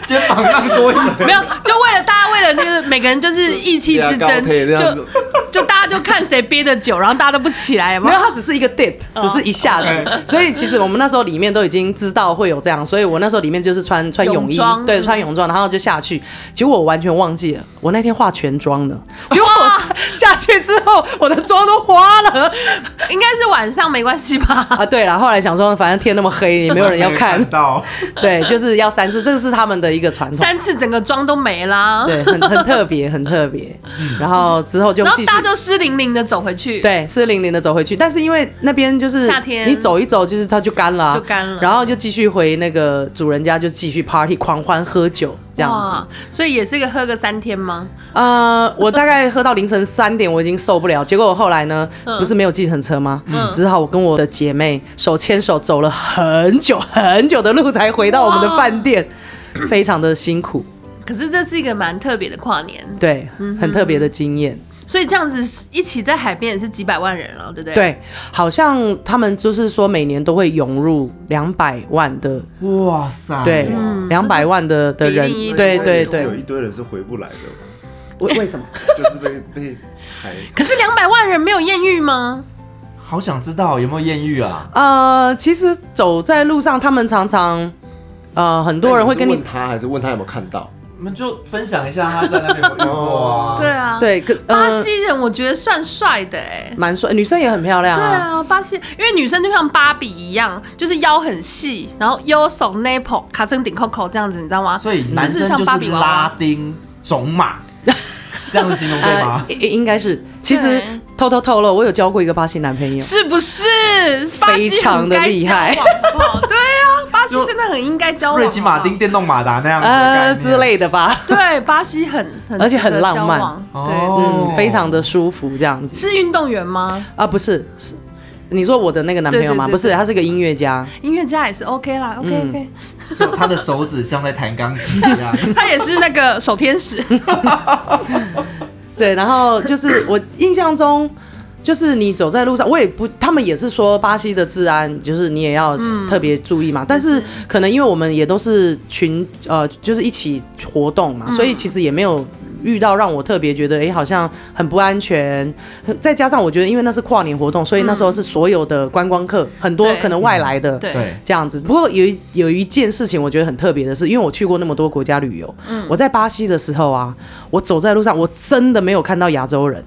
Speaker 1: 肩膀上多一层。，
Speaker 2: [LAUGHS] 没有，就为了大家为了就是每个人就是意气之
Speaker 7: 对啊高
Speaker 2: 争，
Speaker 7: 铁这样子
Speaker 2: 就 [LAUGHS] 就大家就看谁憋得久，然后大家都不起来嘛
Speaker 4: 没有，。它只是一个 dip，只
Speaker 2: 哦
Speaker 4: 是一下子。所以其实我们那时候里面都已经知道会有这样，所以我那时候里面就是穿穿泳
Speaker 2: 泳
Speaker 4: 衣
Speaker 2: 装，嗯
Speaker 4: 对，穿泳装，然后就下去。结果我完全忘记了，我那天化全妆的。结果 [LAUGHS] 我下去之后，我的妆都花了。
Speaker 2: 应该是晚上没关系吧？
Speaker 4: [LAUGHS] 啊，对了，后来想说，反正天那么黑，也没有人要看
Speaker 1: 到，
Speaker 4: 对，就是要三次，这个是他们的一个传统。
Speaker 2: 三次整个妆都没啦，
Speaker 4: 对，很很特别，很特别。然后之后就
Speaker 2: 然后
Speaker 4: 继续
Speaker 2: 大家都湿淋淋的走回去。，
Speaker 4: 对，湿淋淋的走回去。但是因为那边就是
Speaker 2: 夏天
Speaker 4: 你走一走，就是它就干了啊、
Speaker 2: 就干了
Speaker 4: 然后就继续回那个主人家，就继续 party 狂欢喝酒这样子。，
Speaker 2: 所以也是一个喝个三天吗？
Speaker 4: 呃，我大概喝到凌晨三点，我已经受不了。结果我后
Speaker 2: [LAUGHS]
Speaker 4: 来呢，
Speaker 2: 嗯
Speaker 4: 不是没有计程车吗？只好我跟我的姐妹手牵手走了很久很久的路，才回到我们的饭店，非常的辛苦。
Speaker 2: 可是这是一个蛮特别的跨年，
Speaker 4: 对，很特别的经验。
Speaker 2: 所以这样子一起在海边也是几百万人了，啊对不对？，
Speaker 4: 对，好像他们就是说每年都会涌入两百万的
Speaker 1: 哇塞！
Speaker 4: 对，
Speaker 2: 嗯
Speaker 4: 两百万的的
Speaker 2: 比
Speaker 4: 人
Speaker 2: 例一，
Speaker 4: 对对
Speaker 6: 那也是有
Speaker 4: 对，
Speaker 6: 一堆人是回不来的嘛，
Speaker 4: 为为什么？
Speaker 6: 就是被被海
Speaker 2: 可是两百万人没有艳遇吗？
Speaker 1: 好想知道有没有艳遇啊？
Speaker 4: 呃，其实走在路上，他们常常，呃，很多人会跟
Speaker 7: 你
Speaker 4: 你
Speaker 7: 问，他还是问他有没有看到？
Speaker 1: 我们就分享一下他在那边有没有遇过啊？
Speaker 2: [LAUGHS] 对，啊，。
Speaker 4: 对，可
Speaker 2: 巴
Speaker 4: 呃，
Speaker 2: 西人我觉得算帅的哎、
Speaker 4: 蛮帅，女生也很漂亮
Speaker 2: 对
Speaker 4: 啊。
Speaker 2: 啊，巴西，因为女生就像芭比一样，就是腰很细，然后腰手 nipple 卡成顶扣扣这样子，你知道吗？
Speaker 1: 所以男
Speaker 2: 就是
Speaker 1: 生
Speaker 2: 像
Speaker 1: 就
Speaker 2: 芭
Speaker 1: 是
Speaker 2: 比娃娃
Speaker 1: 拉丁种
Speaker 2: [LAUGHS]
Speaker 1: 马，这样子形容对吗
Speaker 4: 呃，？应应该是，其实
Speaker 2: 啊对
Speaker 4: 偷偷透露，我有交过一个巴西男朋友，
Speaker 2: 是不是？巴西
Speaker 4: 非常的厉害
Speaker 2: 很该交往好不好对啊，巴西真的很应该交往。啊
Speaker 1: 瑞奇马丁电动马达那样子的概
Speaker 4: 呃
Speaker 1: 念
Speaker 4: 之。类的吧，
Speaker 2: 对，巴西很，很
Speaker 4: 而且很
Speaker 2: 值得交往
Speaker 4: 浪
Speaker 2: 对，
Speaker 1: 哦
Speaker 4: 嗯，非常的舒服这样子
Speaker 2: 是运动员吗？
Speaker 4: 啊，不是是。你说我的那个男朋友吗？
Speaker 2: 对对对
Speaker 4: 不是，他是个音乐家，
Speaker 2: 音乐家也是 OK 啦，OK OK，、
Speaker 1: 就他的手指像在弹钢琴一样。
Speaker 2: 他也是那个守天使。
Speaker 4: 对，然后就是我印象中，就是你走在路上，我也不，他们也是说巴西的治安，就是你也要特别注意嘛。但是可能因为我们也都是群，呃，就是一起活动嘛，所以其实也没有。遇到让我特别觉得，哎、好像很不安全。再加上我觉得，因为那是跨年活动，所以那时候是所有的观光客，很多
Speaker 2: 对
Speaker 4: 可能外来的，
Speaker 2: [LAUGHS] 对
Speaker 1: 对，
Speaker 4: 这样子。不过有一有一件事情，我觉得很特别的是，因为我去过那么多国家旅游，
Speaker 2: 嗯
Speaker 4: 我在巴西的时候啊，我走在路上，我真的没有看到亚洲人，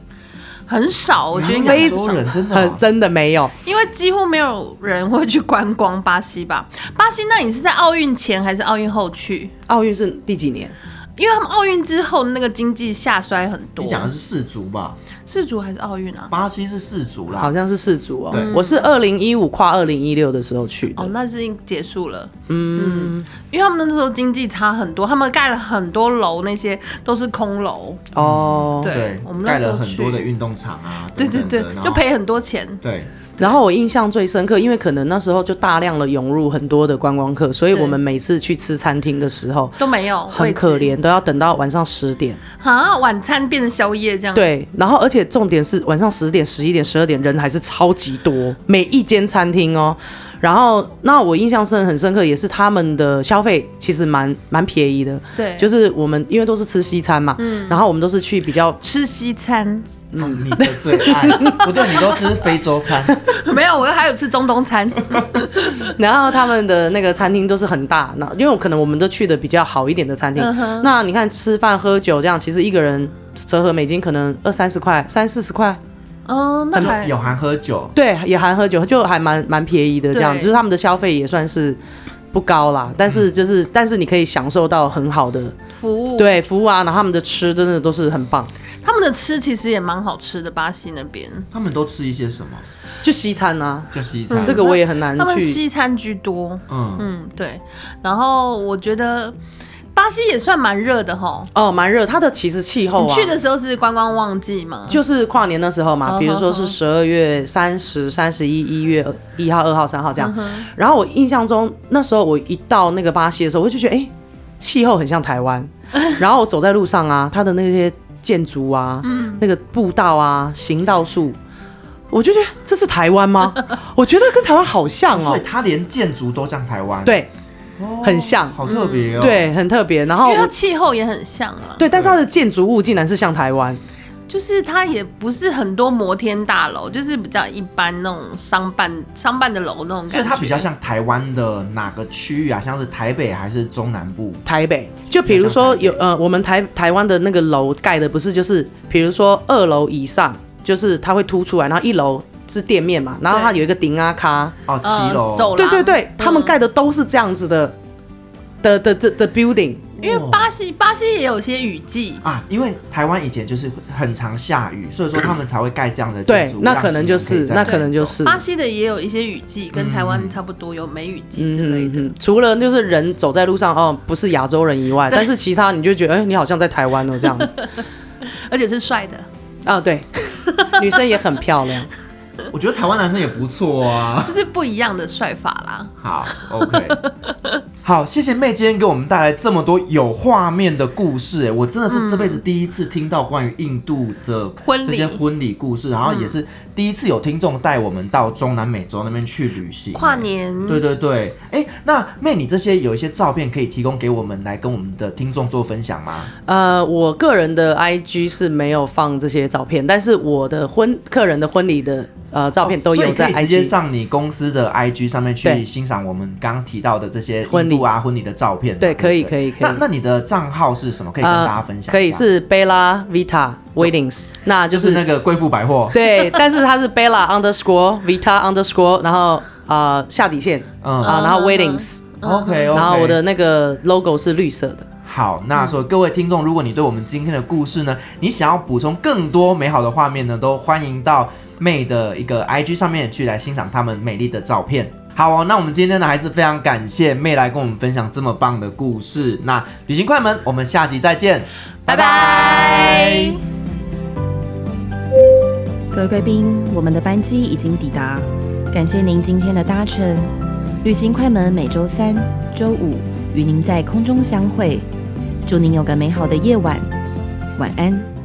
Speaker 2: 很少，我觉得应该
Speaker 1: 非
Speaker 2: 很
Speaker 1: 洲
Speaker 2: 少，
Speaker 1: 人真的
Speaker 4: 很
Speaker 2: 嗯
Speaker 1: 哦
Speaker 4: [LAUGHS] 真的没有。
Speaker 2: 因为几乎没有人会去观光巴西吧。 [LAUGHS] 巴西，那你是在奥运前还是奥运后去？
Speaker 4: 奥运是第几年？
Speaker 2: 因为他们奥运之后那个经济下衰很多
Speaker 1: 你。讲的是氏族吧？
Speaker 2: 世足还是奥运啊？
Speaker 1: 巴西是氏族啦
Speaker 4: 好。像是世足哦
Speaker 1: 对。
Speaker 4: 我是二零一五跨二零一六的时候去的。
Speaker 2: 哦，那是已经结束了。嗯，因为他们那时候经济差很多，他们盖了很多楼，那些都是空楼。
Speaker 4: 哦，
Speaker 2: 嗯对
Speaker 1: 对，，
Speaker 2: 我们那
Speaker 1: 盖
Speaker 2: 时
Speaker 1: 了
Speaker 2: 候
Speaker 1: 很
Speaker 2: 去
Speaker 1: 多的运动场啊，
Speaker 2: 对对
Speaker 1: 等等
Speaker 2: 对
Speaker 1: 的，
Speaker 2: 就。
Speaker 1: 然后
Speaker 2: 赔很多钱。
Speaker 1: 对，
Speaker 4: 然后我印象最深刻，因为可能那时候就大量的涌入很多的观光客，所以
Speaker 2: 对
Speaker 4: 我们每次去吃餐厅的时候
Speaker 2: 都没有，
Speaker 4: 很
Speaker 2: 位置
Speaker 4: 可怜，都要等到晚上十点。
Speaker 2: 啊！晚餐变成宵夜这样，，
Speaker 4: 对，然后而且重点是晚上十点、十一点、十二点人还是超级多，每一间餐厅哦。然后那我印象深很深刻，也是他们的消费其实蛮蛮便宜的，
Speaker 2: 对
Speaker 4: 就是我们因为都是吃西餐嘛，然后我们都是去比较
Speaker 2: 吃西餐嗯
Speaker 1: 你的最爱，不对，你都吃非洲餐，
Speaker 2: [LAUGHS] 没有，我还有吃中东餐，
Speaker 4: 然后他们的那个餐厅都是很大，那因为我可能我们都去的比较好一点的餐厅。那你看吃饭喝酒这样，其实一个人折合美金可能二三十块、三四十块，
Speaker 2: 嗯，那还
Speaker 1: 有含喝酒，
Speaker 4: 对，也含喝酒，就还蛮蛮便宜的这样，
Speaker 2: 对
Speaker 4: 就是他们的消费也算是。不高啦，但是就是，但是你可以享受到很好的
Speaker 2: 服务，，
Speaker 4: 对服务啊，然后他们的吃真的都是很棒，
Speaker 2: 他们的吃其实也蛮好吃的，巴西那边，
Speaker 1: 他们都吃一些什么？
Speaker 4: 就西餐啊，
Speaker 1: 就西
Speaker 2: 嗯
Speaker 1: 餐。
Speaker 4: 这个我也很难
Speaker 2: 他们
Speaker 4: 去。
Speaker 2: 西餐居多，
Speaker 1: 嗯，
Speaker 2: 嗯，对，然后我觉得巴西也算蛮热的哈。
Speaker 4: 哦，蛮热，它的其实气候
Speaker 2: 你
Speaker 4: 啊，
Speaker 2: 去的时候是观光旺季嘛？
Speaker 4: 就是跨年的时候
Speaker 2: 嗯
Speaker 4: 嘛，比如说
Speaker 2: 嗯
Speaker 4: 是
Speaker 2: 嗯
Speaker 4: 十二月三十、三十一、一月一号、二号、三号这样。
Speaker 2: 嗯
Speaker 4: 然后我印象中那时候我一到那个巴西的时候，我就觉得哎，诶气候很像
Speaker 2: [LAUGHS]
Speaker 4: 台湾。然后我走在路上啊，它的那些建筑啊，
Speaker 2: 嗯
Speaker 4: 那个步道啊、行道树，我就觉得这是台
Speaker 2: [LAUGHS]
Speaker 4: 湾吗？我觉得跟台湾好像哦
Speaker 1: 所以，它连建筑都像台湾，，
Speaker 4: 对，很像，
Speaker 1: 好特别哦。，
Speaker 4: 对，很特别。然后
Speaker 2: 因为它
Speaker 4: 我
Speaker 2: 气候也很像啊，
Speaker 4: 对，但是它的建筑物竟然是像台湾，
Speaker 2: 就是它也不是很多摩天大楼，就是比较一般那种商办商办的楼那种
Speaker 1: 所以
Speaker 2: 感觉。嗯
Speaker 1: 它比较像台湾的哪个区域啊？像是台北还是中南部？
Speaker 4: 台北，就比如说有呃，我们台台湾的那个楼盖的不是就是，比如说二楼以上就是它会凸出来，然后一楼是店面嘛，然后它有一个顶啊咖，
Speaker 1: 哦，
Speaker 2: 呃
Speaker 1: 七楼、
Speaker 2: 走
Speaker 4: 对
Speaker 2: 廊，
Speaker 4: 对对，他们
Speaker 2: 嗯
Speaker 4: 盖的都是这样子的的的的的 building，
Speaker 2: 因为巴西巴西也有些雨季，
Speaker 1: 啊，因为台湾以前就是很常下雨，所以说他们才会盖这样的建
Speaker 4: 对
Speaker 1: 筑，物。
Speaker 4: 那
Speaker 1: 让
Speaker 4: 可能就
Speaker 1: 行人
Speaker 4: 是
Speaker 1: 以在
Speaker 4: 那
Speaker 1: 里
Speaker 4: 可能就
Speaker 1: 走
Speaker 4: 是
Speaker 2: 巴西的也有一些雨季，跟台湾差不多，有梅雨季之类的。
Speaker 4: 嗯，除了就是人走在路上哦，不是亚洲人以 [LAUGHS] 外，但是其他你就觉得哎、你好像在台湾哦这样 [LAUGHS] 子
Speaker 2: 而且是帅的，
Speaker 4: 啊， [LAUGHS] 对，女生也很漂亮，
Speaker 1: 我觉得台湾男生也不错啊。
Speaker 2: [LAUGHS] 就是不一样的帅法啦。
Speaker 1: 好，OK，好，谢谢妹今天给我们带来这么多有画面的故事，哎，我真的是这辈子第一次听到关于印度的
Speaker 2: 婚礼
Speaker 1: 这些婚礼故事，然后也是第一次有听众带我们到中南美洲那边去旅行，
Speaker 2: 跨
Speaker 1: 哎。
Speaker 2: 年，
Speaker 1: 对对对，哎，那妹，你这些有一些照片可以提供给我们来跟我们的听众做分享吗？
Speaker 4: 呃，我个人的 IG 是没有放这些照片，但是我的婚客人的婚礼的呃照片都
Speaker 1: 哦所
Speaker 4: 有
Speaker 1: 以可
Speaker 4: 在
Speaker 1: 以直接
Speaker 4: IG。
Speaker 1: 上你公司的 IG 上面去
Speaker 4: 对
Speaker 1: 欣赏我们刚刚提到的这些
Speaker 4: 婚
Speaker 1: 婚
Speaker 4: 礼
Speaker 1: 礼啊、婚礼的照片嘛。
Speaker 4: 对
Speaker 1: 不
Speaker 4: 可以可以可以呃
Speaker 1: 那那你的账号是什么？可以跟大家分享一下。
Speaker 4: 可以是 Bella Vita Weddings，那就、
Speaker 1: 就是是那个贵妇百货，
Speaker 4: [LAUGHS] 对，但是它是 Bella underscore Vita underscore，然后呃下底线
Speaker 1: 嗯
Speaker 4: 啊、然后 Weddings，、
Speaker 1: ，OK，
Speaker 4: 然后我的那个 logo 是绿色的。
Speaker 1: 好，那所以各位听众，如果你对我们今天的故事呢，你想要补充更多美好的画面呢，都欢迎到妹的一个 IG 上面去来欣赏她们美丽的照片。好哦，那我们今天呢还是非常感谢妹来跟我们分享这么棒的故事。那旅行快门，我们下集再见，
Speaker 2: 拜拜。
Speaker 3: 各位贵宾，我们的班机已经抵达，感谢您今天的搭乘。旅行快门每周三、周五与您在空中相会，祝您有个美好的夜晚，晚安。